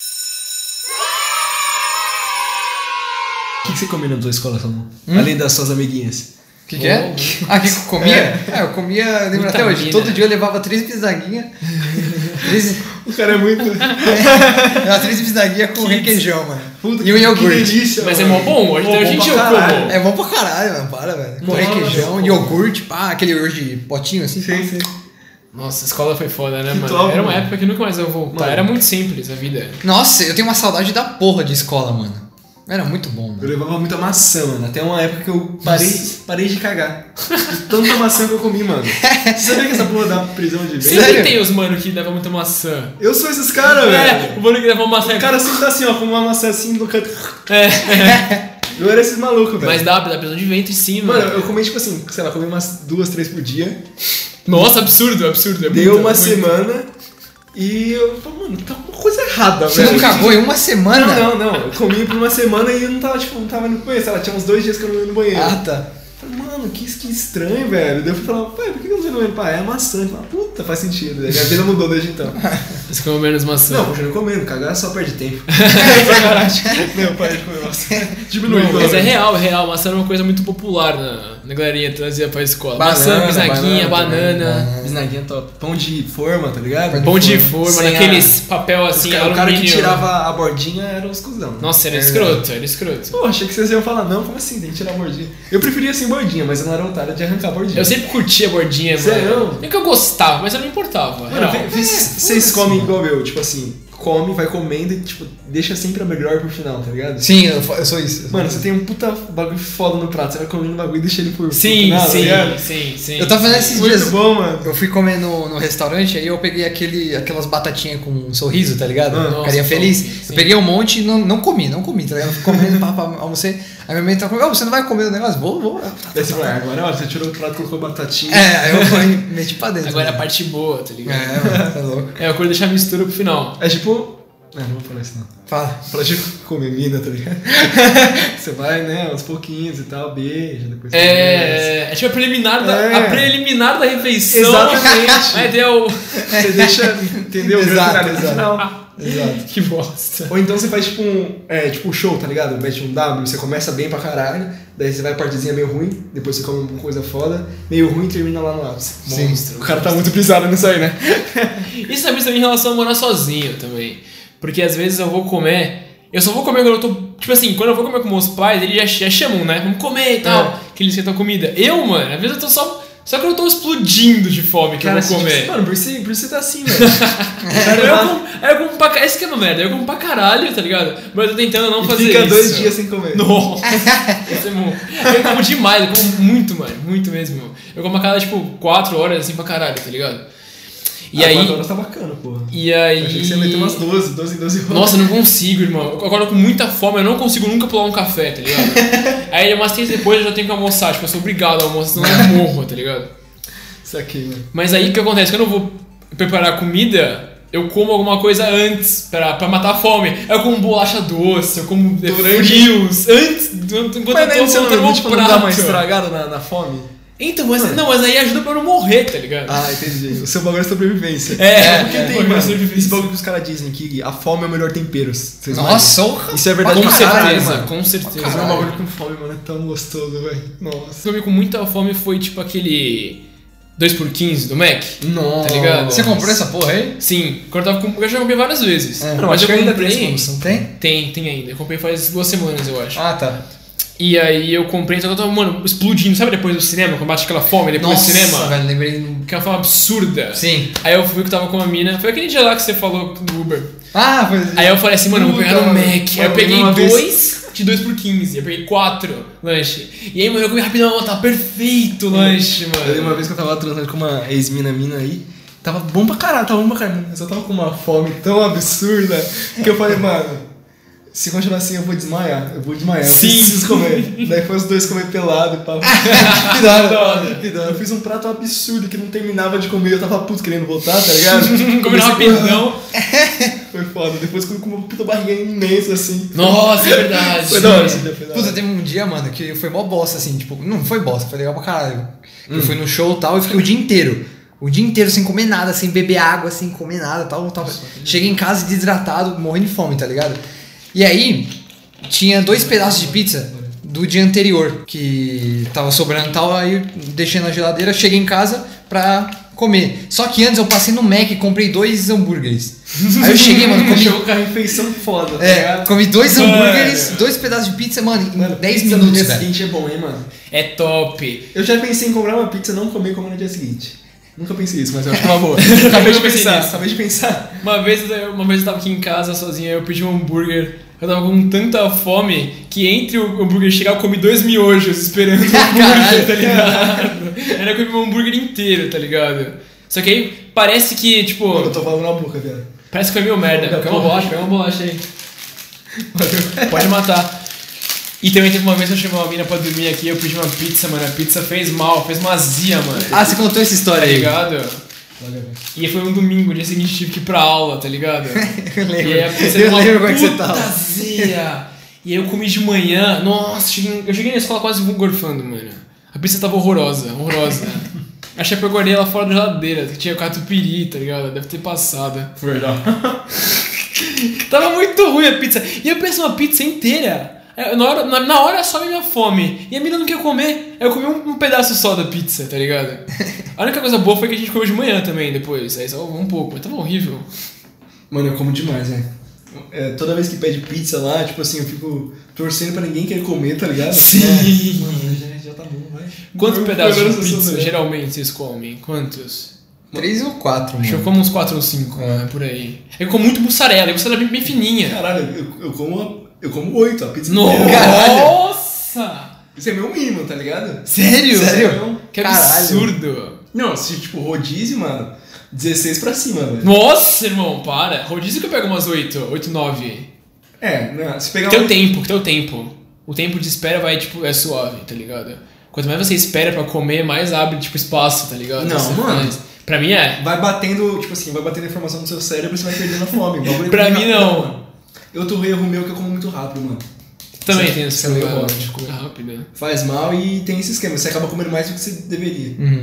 Speaker 2: O que, que você comia na sua escola, Samuel? Além das suas amiguinhas.
Speaker 4: O que, que é? Ah, que eu comia?
Speaker 2: É.
Speaker 4: Ah, eu comia, eu lembro
Speaker 2: Então,
Speaker 3: Muita
Speaker 4: até hoje.
Speaker 3: mina.
Speaker 4: Todo dia eu levava três pisaguinhas. três,
Speaker 2: O cara é (laughs) muito.
Speaker 4: era três pisaguinhas com requeijão, mano.
Speaker 2: Puta,
Speaker 4: e um
Speaker 2: Que
Speaker 4: iogurte.
Speaker 2: delícia,
Speaker 3: Mas é
Speaker 2: mano.
Speaker 3: mó bom, hoje,
Speaker 2: Mó
Speaker 3: hoje em
Speaker 2: bom
Speaker 3: dia eu
Speaker 2: pra caralho.
Speaker 3: como.
Speaker 4: É bom pra caralho, mano. Para, velho. Com
Speaker 3: Nossa,
Speaker 4: requeijão,
Speaker 2: pô.
Speaker 4: iogurte, pá, aquele iogurte potinho assim.
Speaker 2: Sim, sim.
Speaker 3: Nossa, a escola foi foda, né,
Speaker 2: Que
Speaker 3: mano?
Speaker 2: top,
Speaker 3: Era uma
Speaker 2: mano.
Speaker 3: época que nunca mais eu vou voltar.
Speaker 2: Mano.
Speaker 3: Era muito simples a vida.
Speaker 4: Nossa, eu tenho uma saudade da porra de escola, mano. Era muito bom,
Speaker 2: Eu
Speaker 4: mano.
Speaker 2: levava muita maçã, mano. Até uma época que eu parei, parei de cagar. De tanta maçã que eu comi, (laughs) mano. Você sabia que essa porra dá prisão de vez?
Speaker 4: Sim.
Speaker 3: Sempre
Speaker 4: Sério?
Speaker 3: tem os mano que levam muita maçã.
Speaker 2: Eu sou esses caras,
Speaker 3: É,
Speaker 2: velho.
Speaker 3: o mano que leva maçã.
Speaker 2: O cara sempre tá assim, ó, com uma maçã assim no canto.
Speaker 3: É,
Speaker 2: Eu era esses malucos,
Speaker 3: mas
Speaker 2: velho.
Speaker 3: dá, dá prisão de ventre sim, mano.
Speaker 2: Mano, eu comi tipo assim, sei lá, comi umas duas, três por dia.
Speaker 3: Nossa, absurdo, absurdo. É
Speaker 2: Deu
Speaker 3: muito,
Speaker 2: uma
Speaker 3: muito.
Speaker 2: semana e eu falei, mano, tá alguma coisa errada,
Speaker 4: Você
Speaker 2: velho.
Speaker 4: não cagou em uma semana?
Speaker 2: Não, não, não. Eu comi por uma semana e eu não tava, tipo, não tava indo pro banheiro. Sei lá, tinha uns dois dias que eu não ia no banheiro.
Speaker 4: Ah, tá.
Speaker 2: Falei, mano, que, que estranho, (laughs) velho. Daí eu fui falar, pai, por que eu não tô indo no banheiro? Pai, é maçã. Eu falei, puta, faz sentido. Daí minha vida mudou desde então.
Speaker 3: Você comeu menos maçã.
Speaker 2: Não, continua comendo, cagar só perde (laughs) tempo. (laughs) não, para de comer maçã. Diminui
Speaker 3: Não,
Speaker 2: o
Speaker 3: mas é
Speaker 2: valor.
Speaker 3: real, é real. Maçã era uma coisa muito popular na, na galerinha trazia pra escola. maçã,
Speaker 2: Banana,
Speaker 3: bisnaguinha,
Speaker 2: banana
Speaker 3: banana.
Speaker 2: Bisnaguinha top. Pão de forma, tá ligado?
Speaker 3: Pão de forma,
Speaker 2: Sem
Speaker 3: naqueles papel
Speaker 2: a- é. os
Speaker 3: assim,
Speaker 2: ca-
Speaker 3: alumínio.
Speaker 2: o cara que tirava a bordinha era os cuzão. né?
Speaker 3: Nossa, era
Speaker 2: É.
Speaker 3: escroto, era escroto.
Speaker 2: Pô, achei que vocês iam falar, não, como assim, tem que tirar a bordinha. Eu preferia sem bordinha, mas eu não era otário de arrancar a bordinha.
Speaker 3: Eu sempre curtia a bordinha,
Speaker 2: Sério?
Speaker 3: mano. Nem que eu gostava, mas eu não é me importava.
Speaker 2: Mano,
Speaker 3: real.
Speaker 2: vê- vê se- vocês comem igual eu, tipo assim, come, vai comendo e tipo, deixa sempre a melhor pro final, tá ligado?
Speaker 4: Sim, eu, fa- eu sou isso.
Speaker 2: Mano, você tem um puta bagulho foda no prato, você vai comendo o bagulho e deixa ele por.
Speaker 3: Sim,
Speaker 2: pro final, tá
Speaker 3: sim,
Speaker 2: ligado?
Speaker 3: sim, sim.
Speaker 4: Eu tava fazendo esses
Speaker 2: Muito
Speaker 4: dias.
Speaker 2: bom, mano.
Speaker 4: Eu fui comer no, no restaurante, aí eu peguei aquele, aquelas batatinhas com um sorriso, tá ligado?
Speaker 2: Ah,
Speaker 4: Ficaria Carinha
Speaker 3: nossa,
Speaker 4: feliz.
Speaker 3: sim, sim.
Speaker 4: Eu peguei um monte e não, não comi, não comi, tá ligado? Eu fui comendo, pá, pá, almocei. Aí minha mãe tava comendo, "Ô, você não vai comer o negócio? Vou, vou.
Speaker 2: Daí você fala, "Ah, agora ó, você tirou o prato, colocou batatinha.
Speaker 4: É, aí eu fui, meti pra dentro.
Speaker 3: Agora é a
Speaker 4: né?
Speaker 3: parte boa, tá ligado?
Speaker 4: É, mano, tá louco.
Speaker 3: É, eu quero deixar a mistura pro final.
Speaker 2: É tipo. Não, não vou falar isso não.
Speaker 4: Fala.
Speaker 2: Fala de comer mina, tá ligado? (laughs) você vai, né, aos pouquinhos e tal, beija, depois. você
Speaker 3: É, é tipo a preliminar da,
Speaker 2: É.
Speaker 3: a preliminar da refeição. é
Speaker 2: Exatamente.
Speaker 3: Aí deu.
Speaker 2: conversa. Você deixa, entendeu?
Speaker 4: Exato,
Speaker 2: Pra final. Exato.
Speaker 3: (laughs) Que bosta.
Speaker 2: Ou então você faz tipo um, é, tipo um show, tá ligado? Mete um W, você começa bem pra caralho, daí você vai partezinha meio ruim, depois você come uma coisa foda, meio ruim e termina lá no ápice.
Speaker 4: Sim.
Speaker 2: O cara tá muito brisado nisso aí, né?
Speaker 3: Isso é também em relação a morar sozinho também. Porque às vezes eu vou comer. Eu só vou comer quando eu tô. Tipo assim, quando eu vou comer com meus pais, eles já, já chamam, né? Vamos comer e tal.
Speaker 2: É.
Speaker 3: Que eles esquentam a comida. Eu, mano, às vezes eu tô só. Só que eu tô explodindo de fome que eu vou
Speaker 2: assim,
Speaker 3: comer.
Speaker 2: tipo, mano, por isso, por isso você tá assim, (laughs) velho.
Speaker 3: Aí eu, como, aí eu como pra caralho. Esse que é uma merda. Eu como pra caralho, tá ligado? Mas eu tô tentando não
Speaker 2: E
Speaker 3: fazer
Speaker 2: fica
Speaker 3: isso.
Speaker 2: dois dias assim,
Speaker 3: (laughs)
Speaker 2: sem comer.
Speaker 3: Nossa, isso é bom. Eu como demais, eu como muito, mano. Muito mesmo. Eu como a cada, tipo, 4 horas assim pra caralho, tá ligado? E
Speaker 2: Ah,
Speaker 3: aí.
Speaker 2: Agora tá bacana, porra.
Speaker 3: E aí.
Speaker 2: Achei que você ia meter umas 12, 12, 12 horas.
Speaker 3: Nossa, eu não consigo, irmão. Eu acordo com muita fome, eu não consigo nunca pular um café, tá ligado?
Speaker 2: (laughs)
Speaker 3: aí umas três depois eu já tenho que almoçar, tipo, eu sou obrigado a almoçar, senão eu morro, tá ligado?
Speaker 2: Isso aqui, mano.
Speaker 3: Mas aí o que acontece? Quando eu vou preparar comida, eu como alguma coisa antes, pra, pra matar a fome. Eu como bolacha doce, eu como eh,
Speaker 2: Durante-
Speaker 3: frios, antes, enquanto
Speaker 2: Mas
Speaker 3: eu
Speaker 2: nem
Speaker 3: tô
Speaker 2: você
Speaker 3: montando
Speaker 2: não,
Speaker 3: meu
Speaker 2: tipo, não dá Hum. uma
Speaker 3: prato.
Speaker 2: estragada na, na fome?
Speaker 3: Então, mas, não, mas aí ajuda pra eu não morrer, tá ligado?
Speaker 2: Ah, entendi. O seu bagulho é sobrevivência.
Speaker 3: É,
Speaker 2: porque
Speaker 3: é,
Speaker 2: tem,
Speaker 3: bagulho é
Speaker 2: mano,
Speaker 3: sobrevivência.
Speaker 2: esse bagulho que os caras dizem que a fome é o melhor tempero. Vocês
Speaker 4: Nossa, honra.
Speaker 2: Isso é verdade
Speaker 3: com
Speaker 2: pra caralho,
Speaker 3: certeza,
Speaker 2: mano.
Speaker 3: com certeza.
Speaker 2: Comer um bagulho com fome, mano, é tão gostoso, velho. Nossa.
Speaker 3: que eu comi com muita fome foi tipo aquele 2x15 do Mac.
Speaker 2: Nossa.
Speaker 3: Tá ligado?
Speaker 4: Você comprou essa porra aí?
Speaker 3: Sim, quando eu tava com. Eu já comprei várias vezes.
Speaker 4: É,
Speaker 3: mas
Speaker 2: acho
Speaker 3: eu
Speaker 2: que ainda tem
Speaker 3: comprei.
Speaker 2: esse
Speaker 4: Não tem?
Speaker 3: tem, tem ainda. Eu comprei faz duas semanas, eu acho.
Speaker 4: Ah, tá.
Speaker 3: E aí eu comprei, só que eu tava, mano, explodindo. Sabe depois do cinema, quando bate aquela fome depois
Speaker 4: Nossa,
Speaker 3: do cinema?
Speaker 4: velho, lembrei.
Speaker 3: Que é uma fome absurda.
Speaker 4: Sim.
Speaker 3: Aí eu fui que tava com uma mina. Foi aquele dia lá que você falou do Uber.
Speaker 4: Ah, foi.
Speaker 3: Aí eu falei assim, mano, eu vou
Speaker 2: Puta,
Speaker 3: pegar no
Speaker 2: mano.
Speaker 3: Mac. Aí eu
Speaker 2: Mano,
Speaker 3: peguei
Speaker 2: uma vez-
Speaker 3: dois de dois por 15. Eu peguei quatro lanche. E aí, mano, eu comi rapidão, mano, tá perfeito o lanche,
Speaker 2: Eu lembro uma
Speaker 3: mano.
Speaker 2: vez que eu tava transando com uma ex-mina mina aí. Tava bom pra caralho, tava bom pra caralho. Mas eu tava com uma fome tão absurda que eu falei, mano. Se continuar assim, eu vou desmaiar. Eu vou desmaiar. Eu
Speaker 3: Sim.
Speaker 2: preciso comer. Daí foi os dois comer pelado e (laughs) pá.
Speaker 4: que da hora.
Speaker 2: Que da hora. Eu fiz um prato absurdo que não terminava de comer. Eu tava puto querendo voltar, tá (laughs) ligado?
Speaker 3: Comi
Speaker 2: Comecei-
Speaker 3: rapidão.
Speaker 2: Foi foda. Depois comi com uma puta barriga imensa assim.
Speaker 3: Nossa, é verdade.
Speaker 2: Foi da hora esse dia, né? foi da hora.
Speaker 4: Puta, teve um dia, mano, que foi mó bosta, assim, tipo, não foi bosta, foi legal pra caralho. Eu fui no show e tal e fiquei o dia inteiro. O dia inteiro sem comer nada, sem beber água, sem comer nada tal, tal. Cheguei em casa desidratado, morrendo de fome, tá ligado? E aí, tinha dois pedaços de pizza do dia anterior que tava sobrando e tal, aí eu deixei na geladeira, cheguei em casa pra comer. Só que antes eu passei no Mac e comprei dois hambúrgueres. Aí eu cheguei, mano, comi
Speaker 2: Chegou com a refeição foda, tá
Speaker 4: é,
Speaker 2: ligado?
Speaker 4: comi dois
Speaker 3: Mano.
Speaker 4: hambúrgueres, dois pedaços de pizza, mano, em
Speaker 2: Mano,
Speaker 4: 10
Speaker 2: pizza no
Speaker 4: minutos,
Speaker 2: dia
Speaker 4: velho.
Speaker 2: seguinte é bom, hein, mano?
Speaker 3: É top.
Speaker 2: Eu já pensei em comprar uma pizza e não comer como no dia seguinte. Nunca pensei isso, mas eu acho que é uma
Speaker 3: (laughs)
Speaker 2: boa. acabei de
Speaker 3: Eu pensei
Speaker 2: pensar,
Speaker 3: nisso.
Speaker 2: acabei de pensar.
Speaker 3: Uma vez, eu- uma vez eu tava aqui em casa sozinho, aí eu pedi um hambúrguer. Eu tava com tanta fome que entre o hambúrguer chegar eu comi dois miojos esperando o hambúrguer, tá ligado? Era eu comi um hambúrguer inteiro, tá ligado? Só que aí parece que, tipo.
Speaker 2: Mano, eu tô falando na boca, velho.
Speaker 3: Parece que foi meio merda.
Speaker 2: Não,
Speaker 3: Pega uma
Speaker 2: porra.
Speaker 3: bolacha, pega uma bolacha aí. Pode matar. E também teve uma vez que eu chamei uma mina pra dormir aqui, eu pedi uma pizza, mano. A pizza fez mal, fez uma azia, mano.
Speaker 4: Ah, você contou essa história
Speaker 3: Tá
Speaker 4: aí.
Speaker 3: ligado? E foi um domingo, dia seguinte tive que ir pra aula, tá ligado?
Speaker 4: (laughs) (laughs) Eu lembro.
Speaker 3: E aí a pizza deu
Speaker 4: eu
Speaker 3: uma
Speaker 4: lembro como é que você
Speaker 3: puta
Speaker 4: tava.
Speaker 3: azia. E aí eu comi de manhã,
Speaker 4: (laughs)
Speaker 3: nossa, cheguei- eu cheguei na escola quase gorfando, mano. A pizza tava horrorosa, horrorosa. Achei que eu guardei ela fora da geladeira, que tinha catupiry, tá ligado? Deve ter passado.
Speaker 2: Verdade.
Speaker 3: Tava muito ruim a pizza. E eu penso uma pizza inteira. É, Na hora, na, na hora sobe minha fome. E a mina não quer comer. Aí Eu comi um, um pedaço só da pizza, tá (laughs) ligado? A única coisa boa foi que a gente comeu de manhã também depois. Aí só um pouco, mas tava horrível.
Speaker 2: Mano, eu como demais, né? É, toda vez que pede pizza lá, tipo assim, eu fico torcendo pra ninguém querer comer, tá ligado?
Speaker 3: Sim.
Speaker 2: É, mano, já, já tá bom, vai.
Speaker 3: (laughs) Quantos
Speaker 2: Eu-
Speaker 3: pedaços
Speaker 2: agora
Speaker 3: de
Speaker 2: eu sou
Speaker 3: pizza
Speaker 2: sozinho.
Speaker 3: geralmente vocês comem? Quantos?
Speaker 4: Três ou quatro,
Speaker 3: Acho que eu
Speaker 4: mano.
Speaker 3: como uns 4 ou 5, né? Por aí. Eu como muito mussarela, e mussarela é bem, bem fininha.
Speaker 2: Caralho, eu, eu como uma- eu como oito, a pizza inteira.
Speaker 3: Nossa!
Speaker 2: Isso é meu mínimo, tá ligado?
Speaker 3: Sério?
Speaker 2: Sério?
Speaker 3: Que
Speaker 4: Caralho.
Speaker 3: absurdo!
Speaker 2: Não, se tipo rodízio, mano, 16 pra cima, velho.
Speaker 3: Nossa, irmão, para! Rodízio que eu pego umas 8, 8, 9.
Speaker 2: É, não, se pegar
Speaker 3: Teu
Speaker 2: um-
Speaker 3: tempo, teu tempo. O tempo de espera vai, tipo, é suave, tá ligado? Quanto mais você espera pra comer, mais abre, tipo, espaço, tá ligado?
Speaker 2: Não,
Speaker 3: Você
Speaker 2: mano.
Speaker 3: faz. Pra mim é.
Speaker 2: Vai batendo, tipo assim, vai batendo a informação no seu cérebro e você vai perdendo a fome.
Speaker 3: (laughs)
Speaker 2: O bagulho é
Speaker 3: Pra
Speaker 2: muito
Speaker 3: mim
Speaker 2: rápido,
Speaker 3: não.
Speaker 2: mano. Eu tô erro meu que eu como muito rápido, mano.
Speaker 3: Também
Speaker 2: Você-
Speaker 3: tem
Speaker 2: você
Speaker 3: esse
Speaker 2: é meio
Speaker 3: problema
Speaker 2: gótico.
Speaker 3: de comer rápido. né?
Speaker 2: Faz mal e tem esse esquema. Você acaba comendo mais do que você deveria.
Speaker 4: Uhum.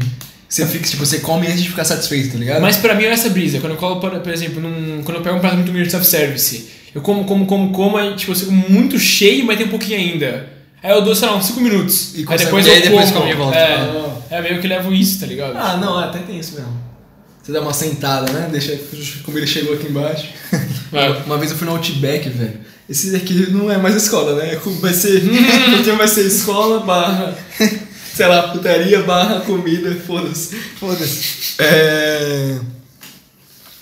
Speaker 2: Você fica, tipo, você come antes de ficar satisfeito, tá ligado?
Speaker 3: Mas pra mim é essa brisa. Quando eu colo, por, por exemplo, num, quando eu pego um prato muito grande de self-service, eu como, como, como, como, aí, tipo, eu fico muito cheio, mas tem um pouquinho ainda. Aí eu dou, sei lá, uns 5 minutos.
Speaker 2: E
Speaker 3: aí
Speaker 2: consegue-
Speaker 3: depois
Speaker 4: e
Speaker 3: eu
Speaker 4: aí depois
Speaker 3: como.
Speaker 4: come de volta.
Speaker 3: É, é meio que levo isso, tá ligado?
Speaker 2: Ah, não, até tem isso mesmo. Você dá uma sentada, né? Deixa como ele chegou aqui embaixo.
Speaker 3: Vai.
Speaker 2: Uma vez eu fui no Outback, velho. Esse daqui não é mais escola, né? Vai ser. (laughs) o dia vai ser escola barra. Sei lá, putaria barra comida, foda-se. Foda-se. É.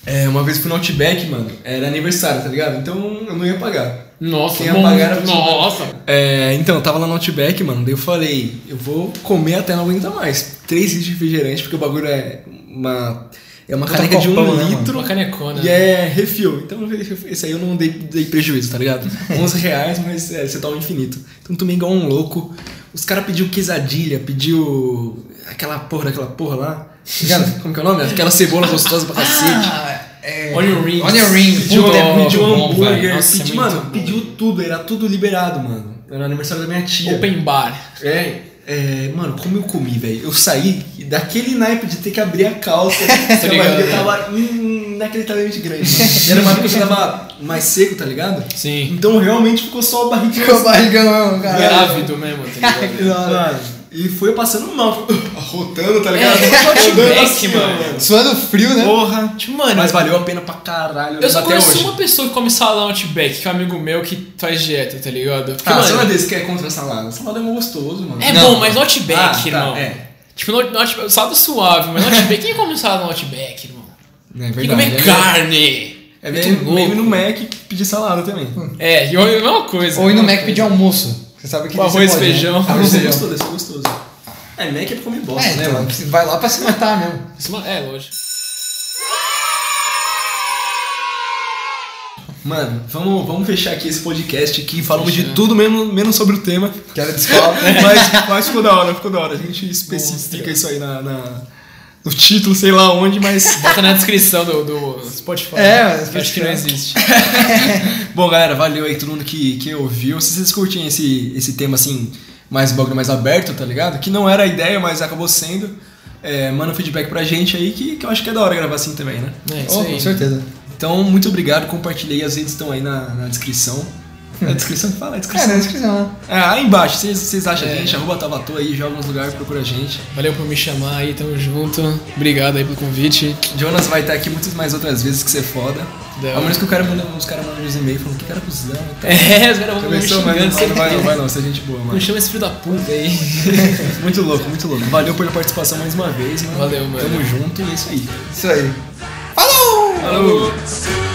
Speaker 2: É, uma vez eu fui no Outback, mano. Era aniversário, tá ligado? Então eu não ia pagar.
Speaker 3: Nossa,
Speaker 2: Quem
Speaker 3: bom,
Speaker 2: apagar era o Tim.
Speaker 3: Nossa.
Speaker 2: É, então, eu tava lá no Outback, mano, daí eu falei, eu vou comer até não aguentar mais. Três litros de refrigerante, porque o bagulho é uma. É uma
Speaker 4: Puta
Speaker 2: caneca de um
Speaker 4: copão, né, mano?
Speaker 2: litro
Speaker 3: Uma canecona.
Speaker 2: e é refil. Então esse aí eu não dei, dei prejuízo, tá ligado? 11 reais, mas é, você toma infinito. Então tomei igual um louco. Os caras pediu quesadilha, pediu. aquela porra daquela porra lá. Cara, como que é o nome? Aquela cebola gostosa pra cacete.
Speaker 4: Ah, é...
Speaker 3: Onion rings.
Speaker 4: Onion rings.
Speaker 2: Pediu,
Speaker 4: Puta, é muito
Speaker 2: pediu
Speaker 4: bom,
Speaker 2: hambúrguer,
Speaker 4: velho.
Speaker 3: Nossa, é
Speaker 2: pediu-
Speaker 3: muito
Speaker 2: mano,
Speaker 3: bom.
Speaker 2: pediu tudo, era tudo liberado, mano. Era aniversário da minha tia.
Speaker 3: Open bar.
Speaker 2: É, é, mano, como eu comi, velho? Eu saí daquele naipe de ter que abrir a
Speaker 3: (laughs)
Speaker 2: calça. tá
Speaker 3: ligado,
Speaker 2: Eu
Speaker 3: né?
Speaker 2: tava hum, inacreditavelmente grande. mano. Era uma época que eu tava mais seco, tá ligado?
Speaker 3: Sim.
Speaker 2: Então realmente ficou só a barriguinha.
Speaker 4: Ficou barrigão, cara.
Speaker 3: Grávido mesmo, tá (laughs) ligado?
Speaker 2: Mano, E foi passando mal. (laughs) Arrotando, tá ligado?
Speaker 3: É, é
Speaker 2: Rodando
Speaker 3: Outback,
Speaker 2: assim,
Speaker 3: mano.
Speaker 2: mano.
Speaker 4: Suando frio, né?
Speaker 2: Porra.
Speaker 3: Tipo, mano,
Speaker 2: Mas valeu a pena pra caralho.
Speaker 3: eu só
Speaker 2: até
Speaker 3: conheço
Speaker 2: hoje.
Speaker 3: uma pessoa que come salão Outback, que é um amigo meu que faz dieta, tá ligado? Porque,
Speaker 2: Ah,
Speaker 3: mano,
Speaker 2: você não é desse que é contra a salada. Salada é gostoso, mano.
Speaker 3: É
Speaker 4: Não.
Speaker 3: bom, mas no Outback,
Speaker 2: Ah, tá,
Speaker 3: irmão.
Speaker 2: é.
Speaker 3: Tipo, no, no Outback, salada suave, mas no Outback, quem come salada no Outback, irmão?
Speaker 2: É
Speaker 3: Quem come
Speaker 4: né?
Speaker 2: verdade.
Speaker 3: carne.
Speaker 2: É
Speaker 3: Muito
Speaker 2: meio,
Speaker 3: louco.
Speaker 2: meio no Mac pedir salada também.
Speaker 3: É, e olha, é a mesma coisa.
Speaker 4: Ou ir no Mac pedir almoço. Você sabe que
Speaker 3: Com
Speaker 4: você
Speaker 3: arroz,
Speaker 4: pode, né?
Speaker 3: feijão. (laughs)
Speaker 2: Arroz
Speaker 4: Arroz e feijão.
Speaker 2: é gostoso, deve ser gostoso. É, Mac é pra comer bosta,
Speaker 4: É,
Speaker 2: né,
Speaker 4: então,
Speaker 2: mano?
Speaker 4: você vai lá pra se matar mesmo.
Speaker 3: Isso, mano, É, lógico.
Speaker 2: Mano, vamos, vamos fechar aqui esse podcast aqui. Falamos de tudo, mesmo, menos sobre o tema.
Speaker 4: Que era
Speaker 3: (laughs)
Speaker 4: de escola.
Speaker 2: Mas, mas ficou da hora, ficou da hora. A gente especifica isso aí na, na- no título, sei lá
Speaker 3: (laughs)
Speaker 2: onde, mas...
Speaker 3: Bota na descrição do, do Spotify.
Speaker 4: É,
Speaker 3: né?
Speaker 4: mas
Speaker 3: Eu acho que não
Speaker 4: Spotify.
Speaker 3: existe.
Speaker 2: Bom, galera, valeu aí todo mundo que, que ouviu. Se vocês curtem esse, esse tema, assim, mais bagulho, mais aberto, tá ligado? Que não era a ideia, mas acabou sendo. É, manda um feedback pra gente aí, que, que eu acho que é da hora gravar assim também, né?
Speaker 3: É, isso
Speaker 4: Oh,
Speaker 3: aí.
Speaker 4: com certeza.
Speaker 2: Então, muito obrigado, compartilhei, as redes estão aí na, na descrição. Na descrição que fala, a
Speaker 4: É,
Speaker 2: descrição.
Speaker 4: na descrição, né?
Speaker 2: É, aí embaixo, vocês- vocês acham a
Speaker 3: É.
Speaker 2: gente, arroba Tavatu aí, joga nos lugares, procura a gente.
Speaker 3: Valeu por me chamar aí, tamo junto. Obrigado aí pelo convite. (laughs)
Speaker 2: Jonas vai estar aqui muitas mais outras vezes que você é foda.
Speaker 3: Da
Speaker 2: A menos que o cara manda, os caras mandam uns e-mails falando que cara cuzão e tal.
Speaker 3: É, os caras vão me
Speaker 2: Começou, mas não,
Speaker 3: xingando.
Speaker 2: vai, não, vai não,
Speaker 3: certeza.
Speaker 2: vai não, você é gente boa,
Speaker 3: Não
Speaker 2: mano.
Speaker 3: chama esse filho da puta aí.
Speaker 2: (laughs) Muito louco, muito louco. Valeu pela participação mais uma vez, mano.
Speaker 3: Valeu, mano.
Speaker 2: Tamo junto e é isso aí.
Speaker 4: Isso aí.
Speaker 2: Falou!
Speaker 1: Soon